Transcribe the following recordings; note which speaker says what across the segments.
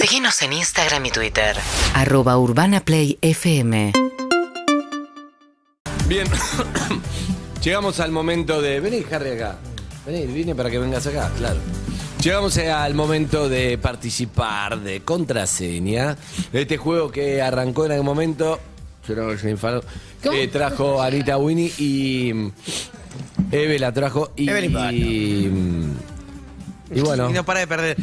Speaker 1: Seguinos en Instagram y Twitter.
Speaker 2: Arroba Urbana Play FM.
Speaker 3: Bien, llegamos al momento de. Vení, Harry, acá. Vení, vine para que vengas acá, claro. Llegamos al momento de participar de contraseña. Este juego que arrancó en algún momento. Yo no es un infalo. eh, trajo Anita Winnie y. mm, Eve la trajo y.
Speaker 4: Evelyn Pablo.
Speaker 3: y, mm, y bueno.
Speaker 4: Y no para de perder.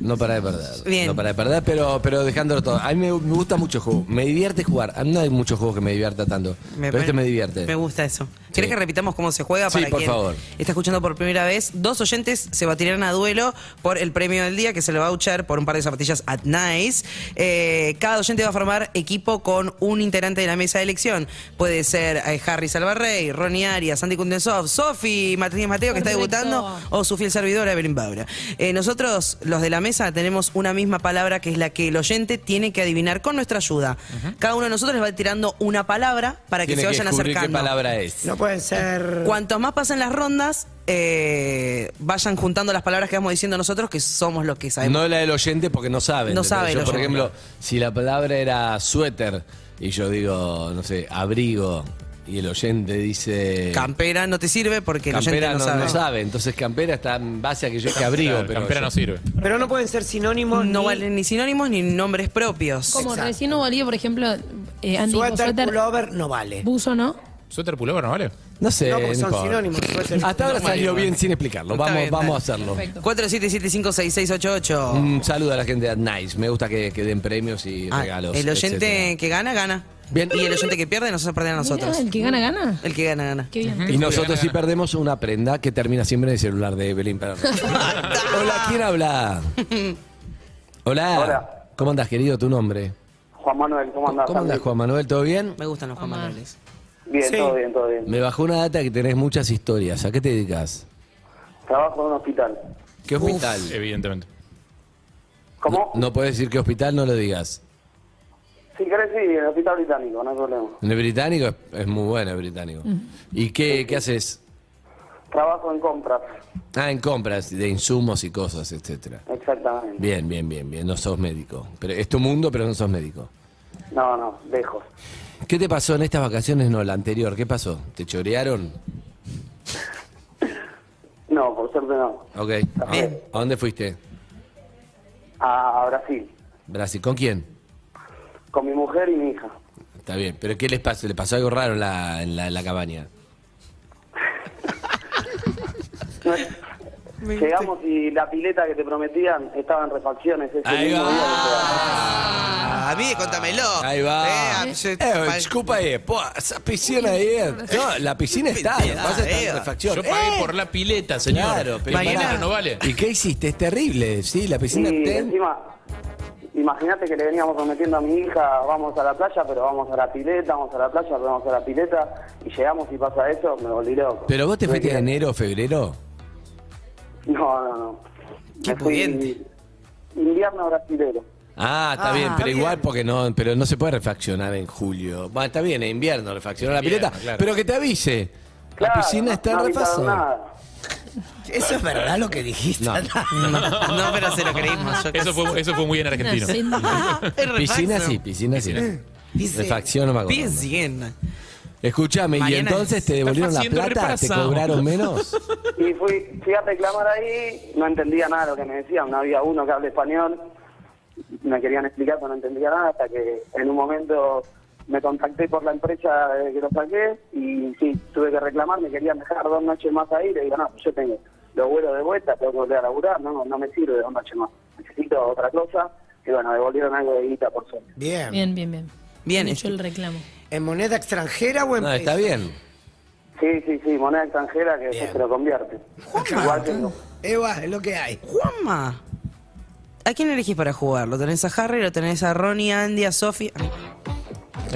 Speaker 3: No para de perder.
Speaker 4: Bien.
Speaker 3: No para de perder, pero, pero dejándolo todo. A mí me, me gusta mucho el juego. Me divierte jugar. A mí no hay muchos juegos que me divierta tanto. pero
Speaker 4: pare-
Speaker 3: este me divierte.
Speaker 4: Me gusta eso. ¿Querés
Speaker 3: Sí.
Speaker 4: que repitamos cómo se juega
Speaker 3: Sí,
Speaker 4: para
Speaker 3: por
Speaker 4: quien
Speaker 3: favor.
Speaker 4: está escuchando por primera vez? Dos oyentes se batirán a duelo por el premio del día que se le va a voucher por un par de zapatillas at nice. Eh, cada oyente va a formar equipo con un integrante de la mesa de elección. Puede ser eh, Harry Salvarrey, Ronnie Arias, Andy Kundensov, Sofi Martínez Mateo que está
Speaker 5: Perfecto.
Speaker 4: debutando o su fiel servidora Evelyn Baura. Eh, nosotros, los de la mesa, tenemos una misma palabra que es la que el oyente tiene que adivinar con nuestra ayuda. Cada uno de nosotros les va tirando una palabra para que
Speaker 3: Tiene
Speaker 4: se vayan
Speaker 3: descubrir
Speaker 4: acercando.
Speaker 3: qué palabra es.
Speaker 6: No puede ser.
Speaker 4: Cuantos más pasen las rondas, eh, vayan juntando las palabras que vamos diciendo nosotros, que somos los que sabemos.
Speaker 3: No la del oyente porque no sabe.
Speaker 4: No
Speaker 3: ¿entendés?
Speaker 4: sabe
Speaker 3: Yo,
Speaker 4: el
Speaker 3: por
Speaker 4: oyente.
Speaker 3: ejemplo, si la palabra era suéter y yo digo, no sé, abrigo y el oyente dice.
Speaker 4: Campera no te sirve porque el
Speaker 3: eh, campera
Speaker 4: oyente no,
Speaker 3: no,
Speaker 4: sabe.
Speaker 3: no sabe. Entonces campera está en base a que yo que abrigo.
Speaker 7: Claro,
Speaker 3: pero
Speaker 7: campera
Speaker 3: yo-
Speaker 7: no sirve.
Speaker 6: Pero no pueden ser sinónimos.
Speaker 4: No
Speaker 6: ni
Speaker 4: valen ni sinónimos ni nombres propios.
Speaker 5: Como recién hubo lío, por ejemplo, eh, Andy dijo
Speaker 6: Suéter,
Speaker 5: suéter,
Speaker 6: pullover, no vale.
Speaker 5: buzo, ¿no?
Speaker 7: Suéter pullover, ¿no vale?
Speaker 3: Eh, No sé.
Speaker 6: No, porque son
Speaker 3: importa.
Speaker 6: sinónimos. Suéter,
Speaker 3: Hasta ahora
Speaker 7: No,
Speaker 3: salió
Speaker 7: bueno.
Speaker 3: bien sin explicarlo.
Speaker 4: Está
Speaker 3: Vamos,
Speaker 4: bien,
Speaker 3: vamos a
Speaker 4: está
Speaker 3: hacerlo.
Speaker 5: Perfecto.
Speaker 4: 47756688.
Speaker 3: Un saludo a la gente de At Nice. Me gusta que, que den premios y
Speaker 4: Ah,
Speaker 3: regalos.
Speaker 4: el oyente
Speaker 3: etcétera.
Speaker 4: que gana, gana.
Speaker 3: Bien.
Speaker 4: Y el oyente que pierde, nos hace perder a nosotros.
Speaker 5: Mirá, el que gana, gana.
Speaker 4: El que gana, gana.
Speaker 5: Qué bien.
Speaker 3: Y nosotros si perdemos una prenda que termina siempre en el celular de Evelyn Perro. Hola, ¿quién habla? Hola.
Speaker 8: Hola.
Speaker 3: ¿Cómo andas, querido? ¿Tu nombre?
Speaker 8: Juan Manuel, ¿cómo andás?
Speaker 3: ¿Cómo andas,
Speaker 8: Andy?
Speaker 3: Juan Manuel? ¿Todo bien?
Speaker 4: Me gustan los Juan
Speaker 5: Omar.
Speaker 4: Manueles.
Speaker 8: Bien,
Speaker 6: Sí.
Speaker 8: todo bien, todo bien.
Speaker 3: Me bajó una data que tenés muchas historias. ¿A qué te dedicas?
Speaker 8: Trabajo en un hospital.
Speaker 3: ¿Qué hospital?
Speaker 7: Evidentemente.
Speaker 8: ¿Cómo?
Speaker 3: No puedes decir qué hospital, no lo digas.
Speaker 8: Si querés, sí, en el hospital británico, no hay problema.
Speaker 3: En el británico es, es muy bueno el británico. ¿Y qué, qué haces?
Speaker 8: Trabajo en compras,
Speaker 3: Ah, en compras de insumos y cosas, etcétera.
Speaker 8: exactamente.
Speaker 3: Bien, bien, bien, bien. No sos médico. Pero es tu mundo, pero no sos médico.
Speaker 8: No, no, lejos.
Speaker 3: ¿Qué te pasó en estas vacaciones? No, la anterior. ¿Qué pasó? ¿Te chorearon?
Speaker 8: No, por suerte no.
Speaker 3: Ok. ¿A-
Speaker 8: Bien.
Speaker 3: ¿A dónde fuiste?
Speaker 8: A, a Brasil,
Speaker 3: Brasil. ¿Con quién?
Speaker 8: con mi mujer y mi hija.
Speaker 3: Está bien. ¿Pero qué les pasó? ¿Le pasó algo raro en la, en la, en la cabaña?
Speaker 8: Llegamos y la pileta que te prometían estaba en refacciones ese
Speaker 3: Ahí
Speaker 8: mismo
Speaker 3: va.
Speaker 8: día que llegaron.
Speaker 4: Ah, a mí, contámelo.
Speaker 3: Ahí va.
Speaker 4: Eh, yo-
Speaker 3: Eh, disculpa ahí. po, esa piscina ahí. es- No, la piscina está. Lo que pasa es que está en refacción.
Speaker 7: Yo pagué
Speaker 3: Eh,
Speaker 7: por la pileta, señor.
Speaker 3: Claro, pero
Speaker 7: pero
Speaker 3: pará.
Speaker 7: no vale.
Speaker 3: ¿Y qué hiciste? Es terrible. Sí, la piscina
Speaker 8: Y
Speaker 3: está. en-
Speaker 8: encima, imagínate que le veníamos prometiendo a mi hija, vamos a la playa, pero vamos a la pileta, vamos a la playa, pero vamos a la pileta. Y llegamos y pasa eso, me volví loco.
Speaker 3: ¿Pero vos te
Speaker 8: Me
Speaker 3: fuiste
Speaker 8: quedé-
Speaker 3: en enero o febrero?
Speaker 8: No, no, no.
Speaker 4: Qué
Speaker 8: Me fui
Speaker 4: pudiente.
Speaker 8: Invierno brasilero.
Speaker 3: Ah, está
Speaker 6: Ah,
Speaker 3: bien,
Speaker 6: está
Speaker 3: pero igual
Speaker 6: bien.
Speaker 3: porque no, pero no se puede refaccionar en julio. Bueno, está bien, en invierno refaccionar la
Speaker 7: Invierno,
Speaker 3: pileta,
Speaker 7: claro.
Speaker 3: pero que te avise.
Speaker 8: Claro,
Speaker 3: la piscina
Speaker 8: no-
Speaker 3: está
Speaker 8: no
Speaker 3: en
Speaker 8: avisaron
Speaker 3: repaso.
Speaker 8: nada.
Speaker 6: Eso es verdad lo que dijiste.
Speaker 3: No.
Speaker 4: No, pero se lo creímos. yo Ah,
Speaker 7: Eso fue, eso fue muy bien argentino.
Speaker 5: Argentino.
Speaker 4: casi-
Speaker 3: Piscina
Speaker 4: Refaxo.
Speaker 3: sí, piscina sí.
Speaker 6: Dice-
Speaker 3: Refacción no me acuerdo.
Speaker 4: Piscina.
Speaker 3: Escúchame, ¿y
Speaker 4: Mariana,
Speaker 3: entonces
Speaker 7: está
Speaker 3: te devolvieron la
Speaker 7: haciendo
Speaker 3: plata? ¿Te
Speaker 7: repasado.
Speaker 3: cobraron menos?
Speaker 8: Y fui, fui a reclamar ahí, no entendía nada de lo que me decían. No había uno que hable español. Me querían explicar, pero no entendía nada. Hasta que en un momento me contacté por la empresa de que lo saqué. Y sí, tuve que reclamar. Me querían dejar dos noches más ahí. Le digo, no, pues yo tengo los vuelos de vuelta, tengo que volver a laburar. No, no me sirve dos noches más. Necesito otra cosa. Y bueno, devolvieron algo de guita, por suerte.
Speaker 6: Bien.
Speaker 5: Bien, bien, bien.
Speaker 4: Bien,
Speaker 6: este.
Speaker 4: este-
Speaker 5: Hecho el reclamo.
Speaker 6: ¿En moneda extranjera o en
Speaker 3: No, está
Speaker 6: peso?
Speaker 3: bien.
Speaker 8: Sí, sí, sí, moneda extranjera que después se lo convierte. Igual que no.
Speaker 6: Eva, es lo que hay.
Speaker 4: Juanma. ¿A quién elegís para jugar? ¿Lo tenés a Harry? ¿Lo tenés a Ronnie, a Andy, a Ah, Sofi? A mí.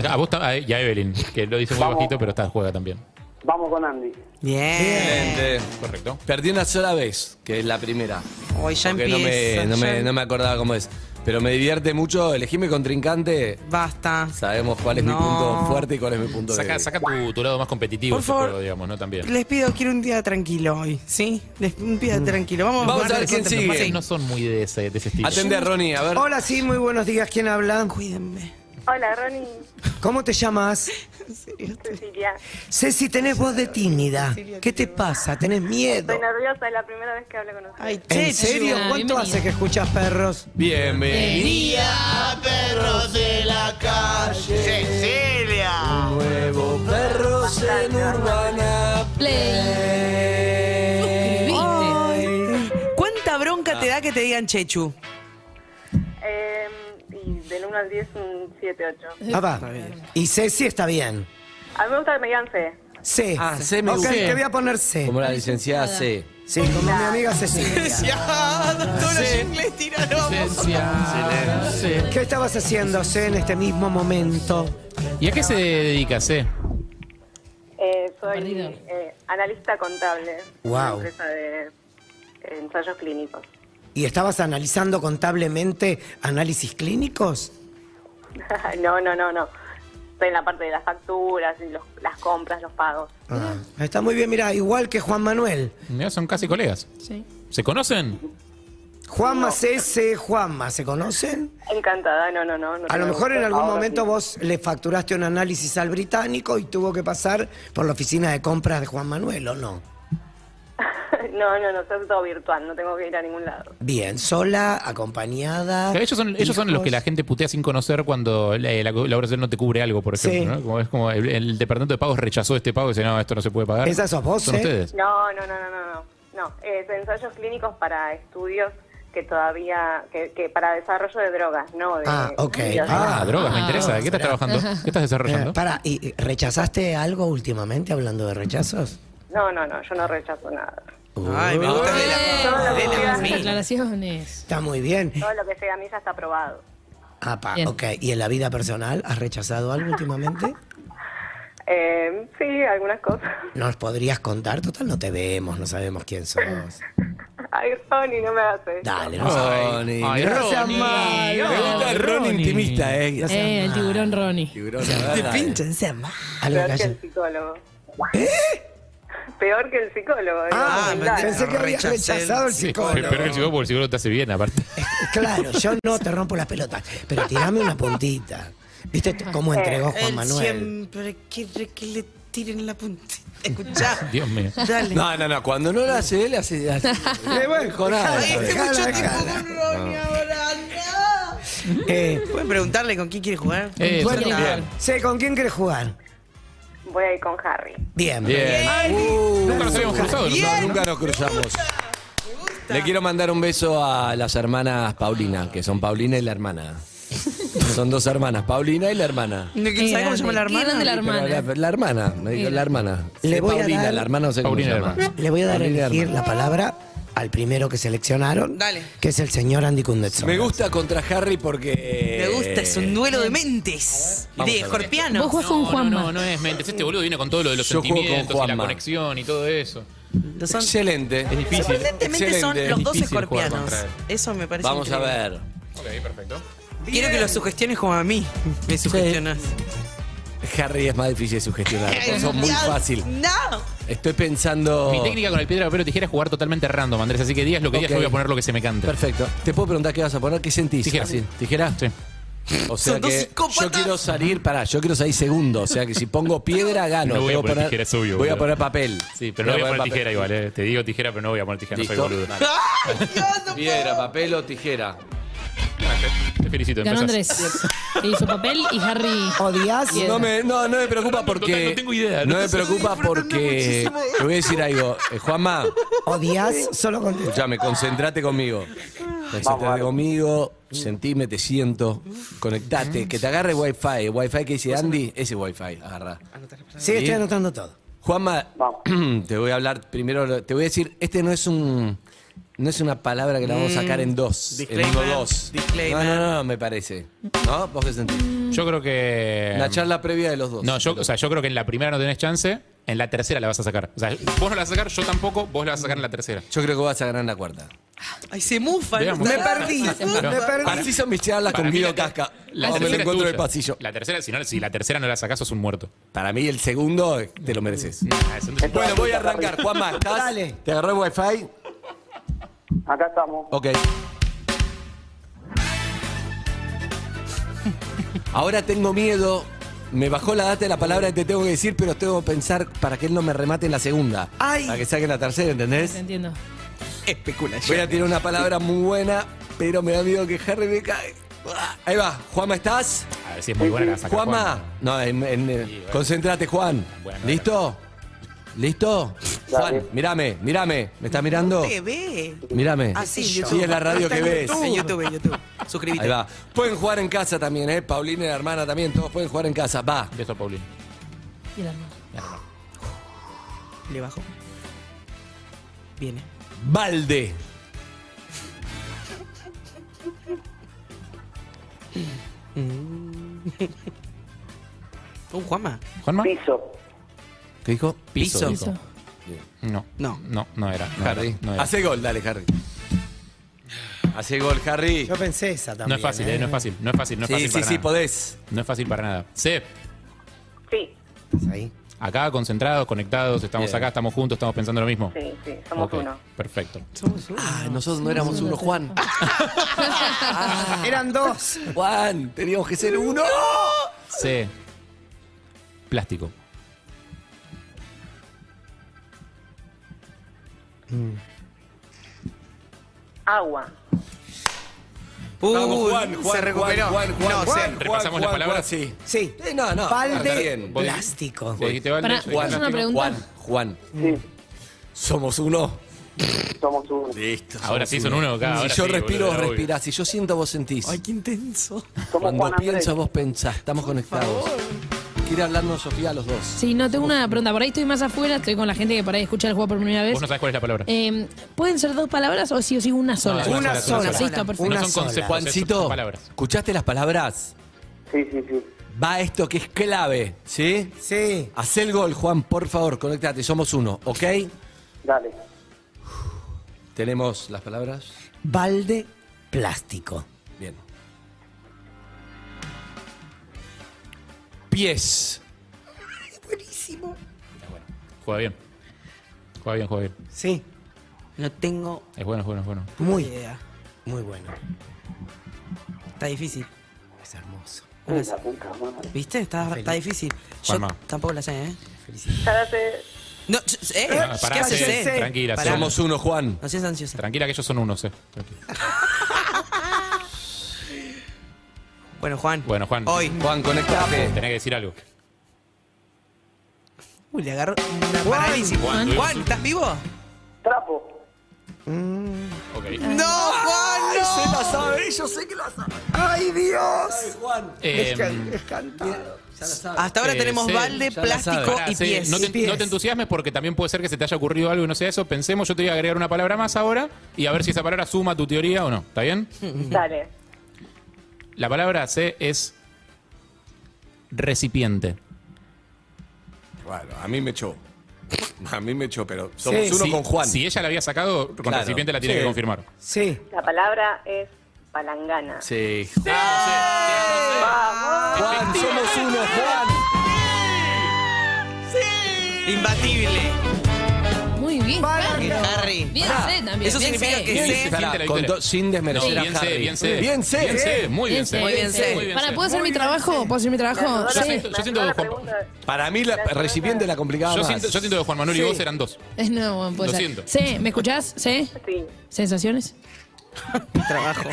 Speaker 7: A Ah, vos ta- a- y a Evelyn, que lo dice muy
Speaker 8: Vamos.
Speaker 7: bajito, pero está juega también.
Speaker 8: Vamos con Andy.
Speaker 4: Bien.
Speaker 7: Correcto.
Speaker 3: Perdí una sola vez, que es la primera.
Speaker 4: Hoy ya
Speaker 3: Porque no me,
Speaker 4: empieza.
Speaker 3: no,
Speaker 4: ya
Speaker 3: me, no me acordaba cómo es. Pero me divierte mucho. Elegí mi contrincante.
Speaker 4: Basta.
Speaker 3: Sabemos cuál es mi
Speaker 4: No.
Speaker 3: punto fuerte y cuál es mi punto
Speaker 7: Saca,
Speaker 3: débil.
Speaker 7: saca tu, tu lado más competitivo,
Speaker 4: Por
Speaker 7: en este
Speaker 4: favor.
Speaker 7: juego, digamos, ¿no? También.
Speaker 4: Les pido, quiero un día tranquilo hoy, ¿sí? Les, un día tranquilo. Vamos,
Speaker 3: Mm. Vamos
Speaker 4: guardar
Speaker 3: a ver quién
Speaker 4: conceptos.
Speaker 3: sigue.
Speaker 4: Sí.
Speaker 7: No son muy de ese, de ese estilo.
Speaker 3: Atende a Ronnie, a ver.
Speaker 6: Hola, sí, muy buenos días. ¿Quién habla?
Speaker 4: Cuídenme.
Speaker 9: Hola, Ronnie.
Speaker 6: ¿Cómo te llamas?
Speaker 4: En serio.
Speaker 9: Cecilia.
Speaker 6: Ceci, tenés voz de tímida. ¿Qué te pasa? ¿Tenés miedo?
Speaker 9: Estoy nerviosa, es la primera vez que hablo con usted.
Speaker 4: Ay,
Speaker 6: ¿En
Speaker 4: Chechu.
Speaker 6: serio?
Speaker 5: Ah,
Speaker 6: ¿Cuánto
Speaker 5: bienvenida.
Speaker 6: hace que escuchas perros?
Speaker 3: Bien, bien. Nuevos perros en Urbana.
Speaker 5: Play. Suscribite.
Speaker 4: Ay, ¿Cuánta bronca te da que te digan Chechu?
Speaker 9: Eh, y del 1 al 10, un 7, 8.
Speaker 6: Ah, va. Y Ceci está bien.
Speaker 9: A mí me gusta que me digan fe.
Speaker 6: C.
Speaker 3: Ah, C me
Speaker 6: Ok,
Speaker 3: gusta.
Speaker 6: te voy a poner C.
Speaker 3: Como la licenciada C.
Speaker 6: Sí, como mi amiga Cecilia.
Speaker 4: Ya, doctora Inglés,
Speaker 6: ¿Qué estabas haciendo, C, en este mismo momento?
Speaker 7: ¿Y a qué se dedica, C?
Speaker 9: Eh, soy
Speaker 5: Barrido.
Speaker 9: eh, analista contable. de
Speaker 6: Guau.
Speaker 9: Una empresa de eh, ensayos clínicos.
Speaker 6: ¿Y estabas analizando contablemente análisis clínicos?
Speaker 9: no, no, no, no. Estoy en la parte de las facturas, y los- las compras, los pagos.
Speaker 6: Ah, está muy bien, mira, igual que Juan Manuel.
Speaker 7: Mirá, son casi colegas.
Speaker 5: Sí.
Speaker 7: ¿Se conocen?
Speaker 6: Juanma C, Juanma, ¿se conocen?
Speaker 9: Encantada, no, no, no. no
Speaker 6: A
Speaker 9: te
Speaker 6: lo mejor en
Speaker 9: preocupes.
Speaker 6: algún
Speaker 9: Ahora
Speaker 6: momento
Speaker 9: sí.
Speaker 6: vos le facturaste un análisis al británico y tuvo que pasar por la oficina de compras de Juan Manuel, ¿o no?
Speaker 9: no, no, no, se hace todo virtual, no tengo que ir a ningún lado.
Speaker 6: Bien, sola, acompañada.
Speaker 7: Ellos son, ellos son los que la gente putea sin conocer cuando la, la, la obra social no te cubre algo, por
Speaker 6: Sí.
Speaker 7: ejemplo. ¿no? Como es como el, el departamento de pagos rechazó este pago y dice, no, esto no se puede pagar.
Speaker 6: Esa sos vos,
Speaker 7: Son
Speaker 6: ¿eh?
Speaker 7: ustedes.
Speaker 9: No, no, no, no, no, no. No, es ensayos clínicos para estudios que todavía, que, que para desarrollo de drogas, no de...
Speaker 6: Ah, ok.
Speaker 9: de-
Speaker 7: Ah,
Speaker 6: Ah,
Speaker 7: drogas, me interesa. ¿Qué estás
Speaker 6: pará.
Speaker 7: trabajando? ¿Qué estás desarrollando?
Speaker 6: para, ¿y y rechazaste algo últimamente hablando de rechazos?
Speaker 9: No, no, no, yo no rechazo nada.
Speaker 4: Ay, me
Speaker 6: Ah,
Speaker 4: gusta de la- de la-
Speaker 5: Las aclaraciones.
Speaker 6: Está muy bien.
Speaker 9: Todo lo que sea a mí ya está aprobado.
Speaker 6: Apa,
Speaker 5: Bien.
Speaker 6: ok. ¿Y en la vida personal has rechazado algo últimamente?
Speaker 9: Eh, sí, algunas cosas.
Speaker 6: ¿Nos podrías contar? Total, no te vemos, no sabemos quién sos.
Speaker 9: Ay, Sony, no me hace.
Speaker 6: Dale, no sabemos.
Speaker 3: Ronnie.
Speaker 7: Ay,
Speaker 6: no seas
Speaker 7: Ronnie.
Speaker 6: malo.
Speaker 7: Me gusta el Ronnie intimista, eh.
Speaker 6: No seas
Speaker 5: Eh, el
Speaker 6: mal.
Speaker 5: tiburón Ronnie.
Speaker 3: Tiburón, la verdad, eh.
Speaker 6: sea mal.
Speaker 9: Peor que el psicólogo. Peor que el psicólogo. ¿eh? digo,
Speaker 6: ¿Eh? Ah,
Speaker 9: dale.
Speaker 6: pensé que habías
Speaker 4: Rechacé el-
Speaker 6: rechazado el
Speaker 7: Sí, pero
Speaker 6: psicólogo.
Speaker 7: que el psicólogo, porque el psicólogo te hace bien, aparte.
Speaker 6: Claro, yo no te rompo las pelotas, pero tirame una puntita. ¿Viste t-
Speaker 9: Eh,
Speaker 6: cómo entregó Juan
Speaker 4: Él
Speaker 6: Manuel?
Speaker 4: siempre quiere que le tiren la puntita. Escuchá.
Speaker 7: Dios mío.
Speaker 4: Dale.
Speaker 3: eh. No, no, no. Cuando no lo hace él, hace. hace
Speaker 6: Eh, bueno,
Speaker 3: Jornada,
Speaker 6: dejala,
Speaker 3: esta vez.
Speaker 4: Este
Speaker 6: dejala,
Speaker 4: mucho
Speaker 6: dejala.
Speaker 4: tiempo con Ronnie ahora. no.
Speaker 6: Eh,
Speaker 4: ¿Pueden preguntarle con quién quiere jugar?
Speaker 7: Eh,
Speaker 5: Bueno,
Speaker 7: son-
Speaker 5: bien.
Speaker 6: Sé, ¿con quién quieres jugar?
Speaker 9: Voy a ir con Harry.
Speaker 6: Bien.
Speaker 7: Bien.
Speaker 3: Uh,
Speaker 7: Nunca nos habíamos cruzado.
Speaker 3: No,
Speaker 7: nosotros.
Speaker 3: nunca nos cruzamos. Le quiero mandar un beso a las hermanas Paulina, que son Paulina y la hermana. Son dos hermanas, Paulina y la hermana.
Speaker 4: ¿No
Speaker 5: Qué
Speaker 4: ¿Sabes cómo se llama la
Speaker 5: grande, qué
Speaker 4: hermana?
Speaker 5: grande la
Speaker 3: Pero
Speaker 5: hermana.
Speaker 3: La, la hermana, me dijo la hermana.
Speaker 6: Le
Speaker 3: Sí,
Speaker 6: voy a
Speaker 3: Paulina,
Speaker 6: dar-
Speaker 3: la hermana no sé cómo se
Speaker 7: Paulina y la
Speaker 3: llama.
Speaker 7: hermana.
Speaker 6: Le voy a dar a
Speaker 3: Paulina y la
Speaker 6: elegir
Speaker 3: hermana.
Speaker 6: la palabra al primero que seleccionaron,
Speaker 4: Dale.
Speaker 6: que es el señor Andy Kundetson.
Speaker 3: Me gusta contra Harry porque.
Speaker 4: Me gusta, es un duelo de mentes.
Speaker 3: Vamos
Speaker 4: De
Speaker 3: a ver.
Speaker 5: Vos
Speaker 4: escorpiano.
Speaker 5: jugás con
Speaker 7: No,
Speaker 5: Juanma.
Speaker 7: no, no es mentes. Este boludo viene con todo lo de los
Speaker 3: Yo juego con
Speaker 7: sentimientos y la
Speaker 3: Juanma.
Speaker 7: conexión y todo eso.
Speaker 4: Los son-
Speaker 3: Excelente.
Speaker 7: Es difícil.
Speaker 4: Sorprendentemente son
Speaker 3: Excelente.
Speaker 4: los dos
Speaker 7: Difícil jugar
Speaker 4: escorpianos.
Speaker 7: contra
Speaker 4: Eso me parece
Speaker 3: Vamos a
Speaker 4: increíble.
Speaker 3: ver.
Speaker 7: Ok, perfecto.
Speaker 4: Quiero que lo sugestiones como a mí. Me sugestionas.
Speaker 3: Harry es más difícil de sugestionar. Son muy fácil.
Speaker 4: ¡No!
Speaker 3: Estoy pensando.
Speaker 7: Mi técnica con el piedra, papel o tijera es jugar totalmente random, Andrés. Así que digas lo que digas,
Speaker 3: Ok.
Speaker 7: yo voy a poner lo que se me cante.
Speaker 3: Perfecto. ¿Te puedo preguntar qué vas a poner? ¿Qué sentís?
Speaker 7: Tijera.
Speaker 3: Así, ¿Tijera?
Speaker 7: Sí.
Speaker 3: O sea
Speaker 4: Son dos
Speaker 3: que yo
Speaker 4: psicópatas.
Speaker 3: quiero salir, pará, yo quiero salir segundo. O sea que si pongo piedra, gano.
Speaker 7: No voy a
Speaker 3: Tengo que
Speaker 7: poner tijera, es obvio,
Speaker 3: Voy a
Speaker 7: boludo.
Speaker 3: poner papel.
Speaker 7: Sí, pero no voy a poner tijera igual, eh. Te digo tijera, pero no voy a poner tijera, no soy
Speaker 3: Listo.
Speaker 7: boludo.
Speaker 3: Vale.
Speaker 4: ¡Ay, Dios, no
Speaker 3: Piedra, papel o tijera.
Speaker 7: Te felicito,
Speaker 5: Ganó
Speaker 7: empezás.
Speaker 5: Andrés. Que hizo papel y Harry.
Speaker 6: ¿Odias?
Speaker 5: Piedra.
Speaker 3: Ah, No me, no, no me
Speaker 7: No, no,
Speaker 3: preocupa
Speaker 7: no,
Speaker 3: porque.
Speaker 7: no tengo idea,
Speaker 3: No
Speaker 7: no
Speaker 3: me
Speaker 7: sé.
Speaker 3: preocupa porque. Te voy a decir algo. Eh, Juanma,
Speaker 6: ¿Odias? Solo contesta.
Speaker 3: escuchame, concentrate conmigo. Concentrate conmigo, sentime, te siento. Conectate, que te agarre wifi. Wifi que dice Andy, ese wifi, agarra.
Speaker 6: Sí, estoy anotando todo.
Speaker 3: Juanma, te voy a hablar primero, te voy a decir, este no es un no es una palabra que la vamos a sacar en dos, en uno
Speaker 4: Mm, Disclaimer,
Speaker 3: dos.
Speaker 4: disclaimer.
Speaker 3: No, no, no, me parece. ¿No? ¿Vos qué sentís?
Speaker 7: Yo creo que. mm,
Speaker 3: La charla previa de los dos.
Speaker 7: Eh, No, yo, o sea, yo creo que en la primera no tenés chance, en la tercera la vas a sacar. O sea, vos no la vas a sacar, yo tampoco, vos la vas a sacar en la tercera.
Speaker 3: Yo creo que vas a ganar en la cuarta.
Speaker 4: Ay, se mufan.
Speaker 7: Veamos.
Speaker 6: Me perdí,
Speaker 7: Ah,
Speaker 6: me
Speaker 7: claro.
Speaker 6: perdí.
Speaker 3: Así son mis charlas
Speaker 7: Para
Speaker 3: con
Speaker 7: mí
Speaker 3: Guido
Speaker 7: la ter- la
Speaker 3: Casca. o me lo
Speaker 7: tercera es
Speaker 3: encuentro en el
Speaker 7: tuya.
Speaker 3: pasillo.
Speaker 7: La tercera, si, no- si la tercera no la sacás, sos un muerto.
Speaker 3: Para mí el segundo eh, te lo mereces.
Speaker 7: Nah, es un-
Speaker 3: Bueno, voy a arrancar. Juanma, ¿estás?
Speaker 6: Dale.
Speaker 3: ¿Te agarró el wifi?
Speaker 8: Acá estamos.
Speaker 3: Ok. Ahora tengo miedo. Me bajó la data de la palabra que te tengo que decir, pero tengo que pensar para que él no me remate en la segunda.
Speaker 6: Ay.
Speaker 3: Para que saque la tercera,
Speaker 5: Te
Speaker 3: ¿entendés?
Speaker 5: entiendo.
Speaker 3: Voy a tirar una palabra muy buena, pero me da miedo que Harry me cae. Ahí va. Juanma, ¿estás?
Speaker 7: A ver si es muy buena la saca.
Speaker 3: Juanma. No, en- en- eh, concéntrate, Juan.
Speaker 7: Bueno,
Speaker 3: ¿Listo? ¿Listo?
Speaker 8: Dale.
Speaker 3: Juan, mírame, mírame. ¿Me estás mirando?
Speaker 4: Te ve.
Speaker 3: Mírame.
Speaker 4: Así, en
Speaker 3: Sí,
Speaker 4: Ah, YouTube.
Speaker 3: es la radio
Speaker 6: Está
Speaker 3: que
Speaker 6: en
Speaker 3: ves.
Speaker 4: En YouTube, en YouTube. Suscríbete.
Speaker 3: Ahí va. Pueden jugar en casa también, ¿eh? Paulina y la hermana también, todos pueden jugar en casa. Va.
Speaker 7: Beso, Paulín.
Speaker 5: Y el arma.
Speaker 4: Le bajo. Viene.
Speaker 3: Balde.
Speaker 4: Uh, Juanma.
Speaker 6: ¿Ah?
Speaker 7: ¿Juanma?
Speaker 8: Piso.
Speaker 3: ¿Qué dijo?
Speaker 7: Piso.
Speaker 4: Piso.
Speaker 7: dijo. No.
Speaker 4: No.
Speaker 7: No, no era. No
Speaker 3: Harry.
Speaker 7: era, no era.
Speaker 3: Hace gol, dale, Harry. Hace gol, Harry.
Speaker 6: Yo pensé esa también.
Speaker 7: No es fácil, eh, no es fácil, no es fácil, no es
Speaker 3: sí,
Speaker 7: fácil.
Speaker 3: sí,
Speaker 7: para
Speaker 3: sí,
Speaker 7: nada.
Speaker 3: podés.
Speaker 7: No es fácil para nada. Sep,
Speaker 9: Sí,
Speaker 6: Ahí.
Speaker 7: acá concentrados, conectados, estamos
Speaker 3: Bien.
Speaker 7: acá, estamos juntos, estamos pensando lo mismo.
Speaker 9: sí, sí, somos
Speaker 7: Ok,
Speaker 9: uno.
Speaker 7: Perfecto.
Speaker 3: Ah, nosotros no éramos uno, Juan. Ah.
Speaker 6: Eran dos.
Speaker 3: Juan, teníamos que ser uno.
Speaker 7: C. Plástico.
Speaker 9: Agua.
Speaker 4: Uh,
Speaker 3: Vamos, Juan, Juan,
Speaker 4: se recuperó.
Speaker 3: Juan, Juan, Juan,
Speaker 4: no,
Speaker 3: Juan,
Speaker 7: Repasamos
Speaker 3: Juan,
Speaker 7: la palabra.
Speaker 3: Juan, sí.
Speaker 6: Sí.
Speaker 3: Eh, no, no. está
Speaker 6: Balde
Speaker 3: bien.
Speaker 6: plástico.
Speaker 7: Vos dijiste balde,
Speaker 5: Pará,
Speaker 7: yo dije
Speaker 5: ¿puedo hacer una
Speaker 7: plástico.
Speaker 5: pregunta?
Speaker 3: Juan, Juan,
Speaker 8: Sí,
Speaker 3: somos uno.
Speaker 8: somos uno.
Speaker 3: Listo.
Speaker 7: Ahora
Speaker 3: somos
Speaker 7: sí son uno acá.
Speaker 3: Si
Speaker 7: ahora
Speaker 3: yo
Speaker 7: sí,
Speaker 3: respiro,
Speaker 7: boludo,
Speaker 3: vos
Speaker 7: obvio.
Speaker 3: respirás. Si yo siento, vos sentís.
Speaker 4: Ay, qué intenso.
Speaker 8: Somos
Speaker 3: Cuando
Speaker 8: Juan Andrés.
Speaker 3: pienso, vos pensás. Estamos conectados. Quiere hablarnos Sofía a los dos.
Speaker 5: Sí, no, tengo una pregunta. Por ahí estoy más afuera, estoy con la gente que por ahí escucha el juego por primera vez.
Speaker 7: Vos no sabés cuál es la palabra.
Speaker 5: Eh, ¿Pueden ser dos palabras o sí o sí una sola?
Speaker 7: es una Una sola, sola,
Speaker 6: sola.
Speaker 5: Listo, perfecto.
Speaker 6: Una
Speaker 7: no son
Speaker 6: sola.
Speaker 7: conceptos.
Speaker 3: Juancito,
Speaker 7: son palabras.
Speaker 3: ¿escuchaste las palabras?
Speaker 8: Sí, sí, sí.
Speaker 3: Va esto que es clave, ¿sí?
Speaker 6: Sí.
Speaker 3: Hacé el gol, Juan, por favor, conectate, somos uno, ¿ok?
Speaker 8: Dale.
Speaker 3: Tenemos las palabras.
Speaker 6: Balde plástico.
Speaker 3: Bien. Pies.
Speaker 6: Buenísimo.
Speaker 7: Juega bien. Juega bien, juega bien.
Speaker 6: Sí.
Speaker 4: No tengo
Speaker 7: Es bueno, es bueno, es bueno.
Speaker 6: Muy,
Speaker 4: idea.
Speaker 6: muy bueno.
Speaker 4: Está difícil.
Speaker 6: Es hermoso.
Speaker 3: Uh.
Speaker 8: Uy, la puta madre.
Speaker 4: ¿Viste? Está, está difícil. Yo
Speaker 7: Juanma.
Speaker 4: tampoco la sé, ¿eh?
Speaker 9: Ya sé,
Speaker 4: No, ch- ¿eh?
Speaker 7: Ah, pará,
Speaker 4: ¿Qué haces,
Speaker 7: sí,
Speaker 4: eh?
Speaker 7: tranquila,
Speaker 4: Pará.
Speaker 7: sí.
Speaker 3: Somos uno, Juan.
Speaker 4: No seas ansiosa.
Speaker 7: Tranquila que ellos son uno, C. Tranquila.
Speaker 4: Bueno, Juan.
Speaker 7: Bueno, Juan.
Speaker 4: Hoy.
Speaker 3: Juan, conectate.
Speaker 7: Tenés que decir algo.
Speaker 4: Uy, le agarró una parálisis.
Speaker 7: Juan.
Speaker 4: Juan, ¿estás vivo?
Speaker 8: Trapo.
Speaker 7: Ok.
Speaker 5: Ah.
Speaker 4: ¡No, Juan! ¡No!
Speaker 3: Se la sabe, yo sé que la sabe.
Speaker 6: ¡Ay, Dios!
Speaker 3: Juan.
Speaker 7: Eh,
Speaker 6: Es can- es cantado.
Speaker 4: Hasta ahora
Speaker 7: Eh,
Speaker 4: tenemos
Speaker 7: sí,
Speaker 4: balde,
Speaker 3: ya la
Speaker 4: plástico
Speaker 3: sabe.
Speaker 7: pará,
Speaker 4: y
Speaker 7: C,
Speaker 4: pies.
Speaker 7: no, te,
Speaker 4: Y pies.
Speaker 7: no te entusiasmes porque también puede ser que se te haya ocurrido algo y no sea eso. Pensemos, yo te voy a agregar una palabra más ahora y a ver si esa palabra suma tu teoría o no. ¿Está bien?
Speaker 9: dale.
Speaker 7: La palabra C es recipiente.
Speaker 3: Bueno, a mí me echó. A mí me echó, pero somos
Speaker 6: Sí,
Speaker 3: uno
Speaker 7: si,
Speaker 3: con Juan.
Speaker 7: Eh, Si ella la había sacado, con
Speaker 3: Claro,
Speaker 7: recipiente la tiene
Speaker 3: sí.
Speaker 7: que confirmar.
Speaker 6: Sí.
Speaker 9: La palabra es palangana.
Speaker 3: Sí.
Speaker 9: Vamos.
Speaker 3: Juan, somos uno, Juan.
Speaker 4: Imbatible.
Speaker 5: Muy bien. Harry.
Speaker 4: Harry.
Speaker 5: Bien C también.
Speaker 4: Eso
Speaker 5: bien
Speaker 4: significa
Speaker 5: C.
Speaker 4: que sé.
Speaker 7: Pará, con do-
Speaker 3: sin
Speaker 7: No,
Speaker 3: desmerecer
Speaker 7: bien
Speaker 3: a
Speaker 7: C,
Speaker 3: Harry.
Speaker 7: bien C.
Speaker 3: Bien C.
Speaker 7: Bien C, muy bien C.
Speaker 4: Muy bien C.
Speaker 7: Muy bien
Speaker 5: Para,
Speaker 7: C.
Speaker 5: ¿puedo hacer mi trabajo? ¿Puedo hacer mi trabajo?
Speaker 7: Yo
Speaker 5: Sí.
Speaker 7: siento- yo siento
Speaker 9: Me
Speaker 7: que
Speaker 9: acordó
Speaker 7: Juan-
Speaker 9: la pregunta.
Speaker 3: Para mí la recipiente la complicaba
Speaker 7: Yo
Speaker 3: más.
Speaker 7: siento, yo siento que Juan Manuel y vos eran dos.
Speaker 5: Eh, No, bueno, puede
Speaker 7: Lo
Speaker 5: ser.
Speaker 7: siento.
Speaker 5: C, ¿me escuchás? C.
Speaker 9: Sí.
Speaker 5: ¿Sensaciones?
Speaker 4: Trabajo.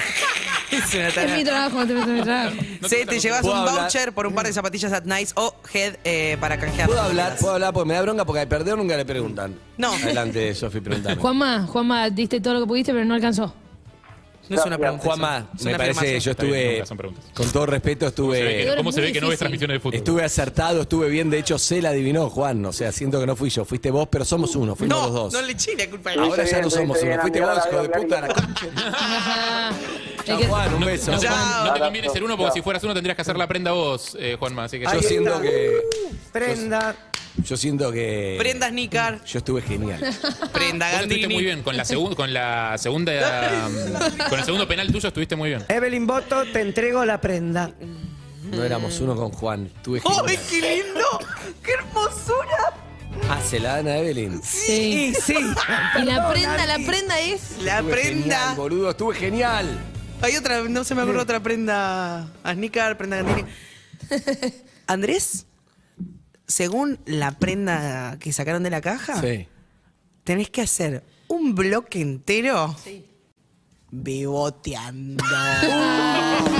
Speaker 4: es una
Speaker 5: Es mi
Speaker 4: tarea.
Speaker 5: trabajo, es mi trabajo.
Speaker 4: Sí, te llevas
Speaker 3: ¿Puedo
Speaker 4: un
Speaker 3: hablar?
Speaker 4: voucher por un par de zapatillas at nice o head eh, para canjear.
Speaker 3: Puedo hablar, puedo hablar, porque me da bronca porque al perder nunca le preguntan.
Speaker 4: No.
Speaker 3: Adelante, Sofi, preguntame.
Speaker 5: Juanma, Juanma, diste todo lo que pudiste, pero no alcanzó.
Speaker 4: No es una pregunta.
Speaker 3: Juanma,
Speaker 4: es
Speaker 3: me
Speaker 4: una
Speaker 3: parece,
Speaker 4: afirmación.
Speaker 3: yo
Speaker 7: Está bien,
Speaker 3: estuve,
Speaker 7: nunca son preguntas.
Speaker 3: con todo respeto,
Speaker 7: Se ve que-
Speaker 3: estuve,
Speaker 7: ¿Cómo se ve que no
Speaker 5: Muy
Speaker 7: ves
Speaker 5: difícil.
Speaker 7: transmisiones de fútbol?
Speaker 3: estuve acertado, estuve bien. De hecho, sé la adivinó Juan. O sea, siento que no fui yo, fuiste vos, pero somos uno, fuimos
Speaker 4: No,
Speaker 3: los dos.
Speaker 4: no le eché la culpa a él.
Speaker 3: Ahora
Speaker 8: Dice
Speaker 3: ya
Speaker 8: bien,
Speaker 3: no somos
Speaker 8: dice
Speaker 3: uno.
Speaker 8: bien,
Speaker 3: Fuiste
Speaker 8: amigo,
Speaker 3: vos,
Speaker 8: la
Speaker 3: hijo de
Speaker 8: veo
Speaker 3: puta, la
Speaker 8: clarita.
Speaker 3: concha.
Speaker 5: Es
Speaker 3: Chao,
Speaker 5: que-
Speaker 3: Juan, un beso.
Speaker 7: No,
Speaker 4: Ya.
Speaker 7: Juan, no te conviene
Speaker 8: Abrazo,
Speaker 7: ser uno porque
Speaker 8: chao.
Speaker 7: si fueras uno tendrías que hacer la prenda vos, eh, Juanma. Así que
Speaker 3: Yo
Speaker 6: Ahí
Speaker 3: siento
Speaker 6: está.
Speaker 3: que.
Speaker 6: Prenda.
Speaker 3: Yo siento que.
Speaker 4: Prendas Nicar,
Speaker 3: Yo estuve genial.
Speaker 4: prenda
Speaker 7: Ah. Vos estuviste
Speaker 4: Gandini.
Speaker 7: muy bien con la, segun- con la segunda. con el segundo penal tuyo estuviste muy bien.
Speaker 6: Evelyn Boto, te entrego la prenda.
Speaker 3: No éramos uno con Juan. Estuve
Speaker 4: ¡Oh,
Speaker 3: genial.
Speaker 4: qué lindo! ¡Qué hermosura!
Speaker 3: Ah, se la dan a Evelyn.
Speaker 5: Sí.
Speaker 6: Y sí.
Speaker 5: Y la
Speaker 6: Perdón,
Speaker 5: prenda, la
Speaker 6: Andy.
Speaker 5: prenda es.
Speaker 4: La
Speaker 3: Estuve
Speaker 4: prenda.
Speaker 3: Genial, boludo, estuve genial.
Speaker 4: Hay otra, no se me ocurre otra prenda a sneaker, prenda Gandini. Andrés, según la prenda que sacaron de la caja,
Speaker 3: Sí.
Speaker 4: tenés que hacer un bloque entero beboteando. Uh.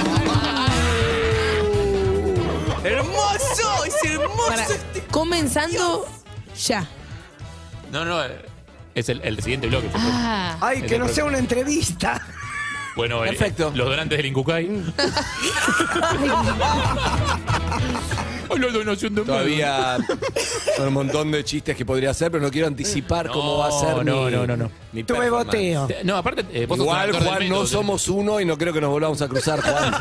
Speaker 4: ¡Hermoso! ¡Es hermoso!
Speaker 5: Para-
Speaker 4: este-
Speaker 5: comenzando ya.
Speaker 7: No, no, eh, es el, el siguiente bloque. yo creo.
Speaker 5: Ah.
Speaker 6: Ay, que no sea una entrevista.
Speaker 7: Bueno, eh,
Speaker 3: Perfecto. Mm.
Speaker 7: los donantes del Incucay. Ay, la donación de
Speaker 3: Todavía son un montón de chistes que podría hacer, pero no quiero anticipar
Speaker 7: No,
Speaker 3: cómo va a ser
Speaker 7: no,
Speaker 3: mi,
Speaker 7: no, no, no.
Speaker 3: mi
Speaker 6: Tu
Speaker 3: performance.
Speaker 6: beboteo.
Speaker 7: No, aparte, eh, vos sos un
Speaker 3: Igual,
Speaker 7: actor del
Speaker 3: Juan, no
Speaker 7: método.
Speaker 3: somos uno y no creo que nos volvamos a cruzar, Juan.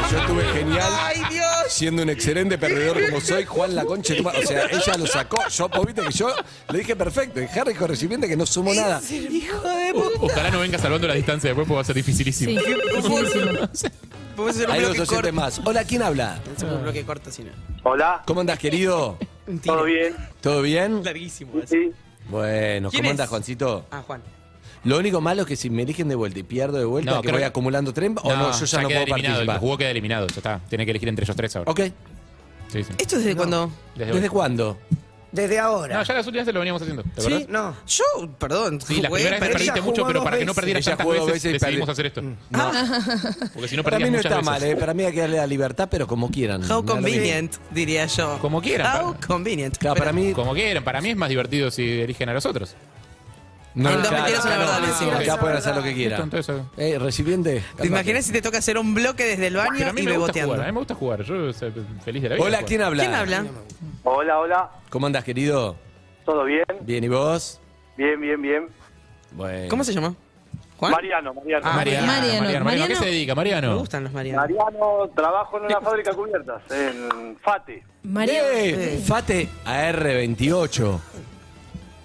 Speaker 3: Yo estuve genial.
Speaker 4: ¡Ay, Dios!
Speaker 3: Siendo un excelente perdedor como soy, Juan la concha. de tu madre. O sea, ella lo sacó. Yo, vos viste que yo le dije perfecto. Y Harry correspondiente que no sumo nada.
Speaker 4: ¡Hijo de puta!
Speaker 7: O- Ojalá no venga salvando la distancia después, porque va a ser dificilísimo.
Speaker 5: Sí. Dificilísimo.
Speaker 4: Podemos hacer un
Speaker 3: Hay dos
Speaker 4: bloque corto.
Speaker 3: oyentes más. Hola, ¿quién habla?
Speaker 4: Hacemos un bloque corto, si no.
Speaker 8: Hola,
Speaker 3: ¿Cómo andas, querido?
Speaker 4: Un tiro.
Speaker 8: ¿todo bien?
Speaker 3: ¿Todo bien?
Speaker 4: Larguísimo. así.
Speaker 8: Sí.
Speaker 3: Bueno,
Speaker 4: ¿Quién
Speaker 3: ¿cómo
Speaker 4: es?
Speaker 3: andas, Juancito?
Speaker 4: Ah, Juan.
Speaker 3: Lo único malo es que si me eligen de vuelta y pierdo de vuelta,
Speaker 7: No,
Speaker 3: que
Speaker 7: creo
Speaker 3: voy
Speaker 7: que-
Speaker 3: acumulando tren o no, yo ya, no
Speaker 7: queda eliminado.
Speaker 3: puedo
Speaker 7: El que
Speaker 3: participar.
Speaker 7: jugó queda eliminado, ya está. Tiene que elegir entre ellos tres ahora.
Speaker 3: Ok.
Speaker 7: Sí, sí.
Speaker 4: ¿Esto desde cuando?
Speaker 7: Desde hoy.
Speaker 3: ¿Desde cuándo?
Speaker 6: Desde ahora.
Speaker 7: No, ya las últimas veces lo veníamos haciendo, ¿te
Speaker 6: ¿Sí?
Speaker 7: acordás?
Speaker 6: No.
Speaker 4: Yo, perdón,
Speaker 7: Sí, las primeras
Speaker 4: jugué,
Speaker 7: veces
Speaker 4: perdí.
Speaker 7: perdiste
Speaker 6: ella
Speaker 7: mucho,
Speaker 6: jugó
Speaker 7: pero
Speaker 6: dos
Speaker 7: para que no
Speaker 6: veces.
Speaker 7: perdieras
Speaker 3: Ella
Speaker 7: tantas
Speaker 3: jugó dos
Speaker 7: veces,
Speaker 3: veces y
Speaker 7: decidimos
Speaker 3: perdió. Mm.
Speaker 7: hacer esto. Porque si no
Speaker 3: Para mí
Speaker 7: perdías
Speaker 3: no
Speaker 7: muchas
Speaker 3: está
Speaker 7: veces.
Speaker 3: mal, ¿eh? para mí hay que darle la libertad, pero como quieran.
Speaker 4: How
Speaker 3: Me da lo mismo.
Speaker 4: convenient, diría yo.
Speaker 7: Como quieran,
Speaker 4: How
Speaker 7: para-
Speaker 4: convenient.
Speaker 3: Claro, para mí.
Speaker 7: Como quieran, para mí es más divertido si eligen a los otros.
Speaker 3: No,
Speaker 4: En dos
Speaker 3: acá-
Speaker 4: mentiras, una
Speaker 3: acá no,
Speaker 4: verdad, le decimos.
Speaker 3: Acá pueden hacer lo que quieran.
Speaker 7: Entonces, eh,
Speaker 3: Eh, recipiente.
Speaker 4: ¿Te imaginas si te toca hacer un bloque desde el baño
Speaker 7: pero a mí
Speaker 4: y
Speaker 7: me gusta
Speaker 4: beboteando?
Speaker 7: jugar, ¿eh? a mí me gusta jugar, yo soy feliz de la vida.
Speaker 3: Hola,
Speaker 7: jugar.
Speaker 3: ¿quién habla?
Speaker 4: ¿Quién habla?
Speaker 8: Hola, hola,
Speaker 3: ¿Cómo andas, querido?
Speaker 8: ¿todo bien?
Speaker 3: Bien, ¿y vos?
Speaker 8: Bien, bien, bien.
Speaker 3: Bueno.
Speaker 4: ¿Cómo se llama? ¿Juan?
Speaker 8: Mariano, Mariano.
Speaker 4: Ah,
Speaker 7: Mariano, Mariano,
Speaker 5: Mariano,
Speaker 7: Mariano, ¿a qué
Speaker 5: Mariano?
Speaker 7: se dedica, Mariano?
Speaker 4: Me gustan los Marianos.
Speaker 8: Mariano, trabajo en una fábrica de cubiertas, en FATE.
Speaker 5: María.
Speaker 3: Eh, Fate AR28.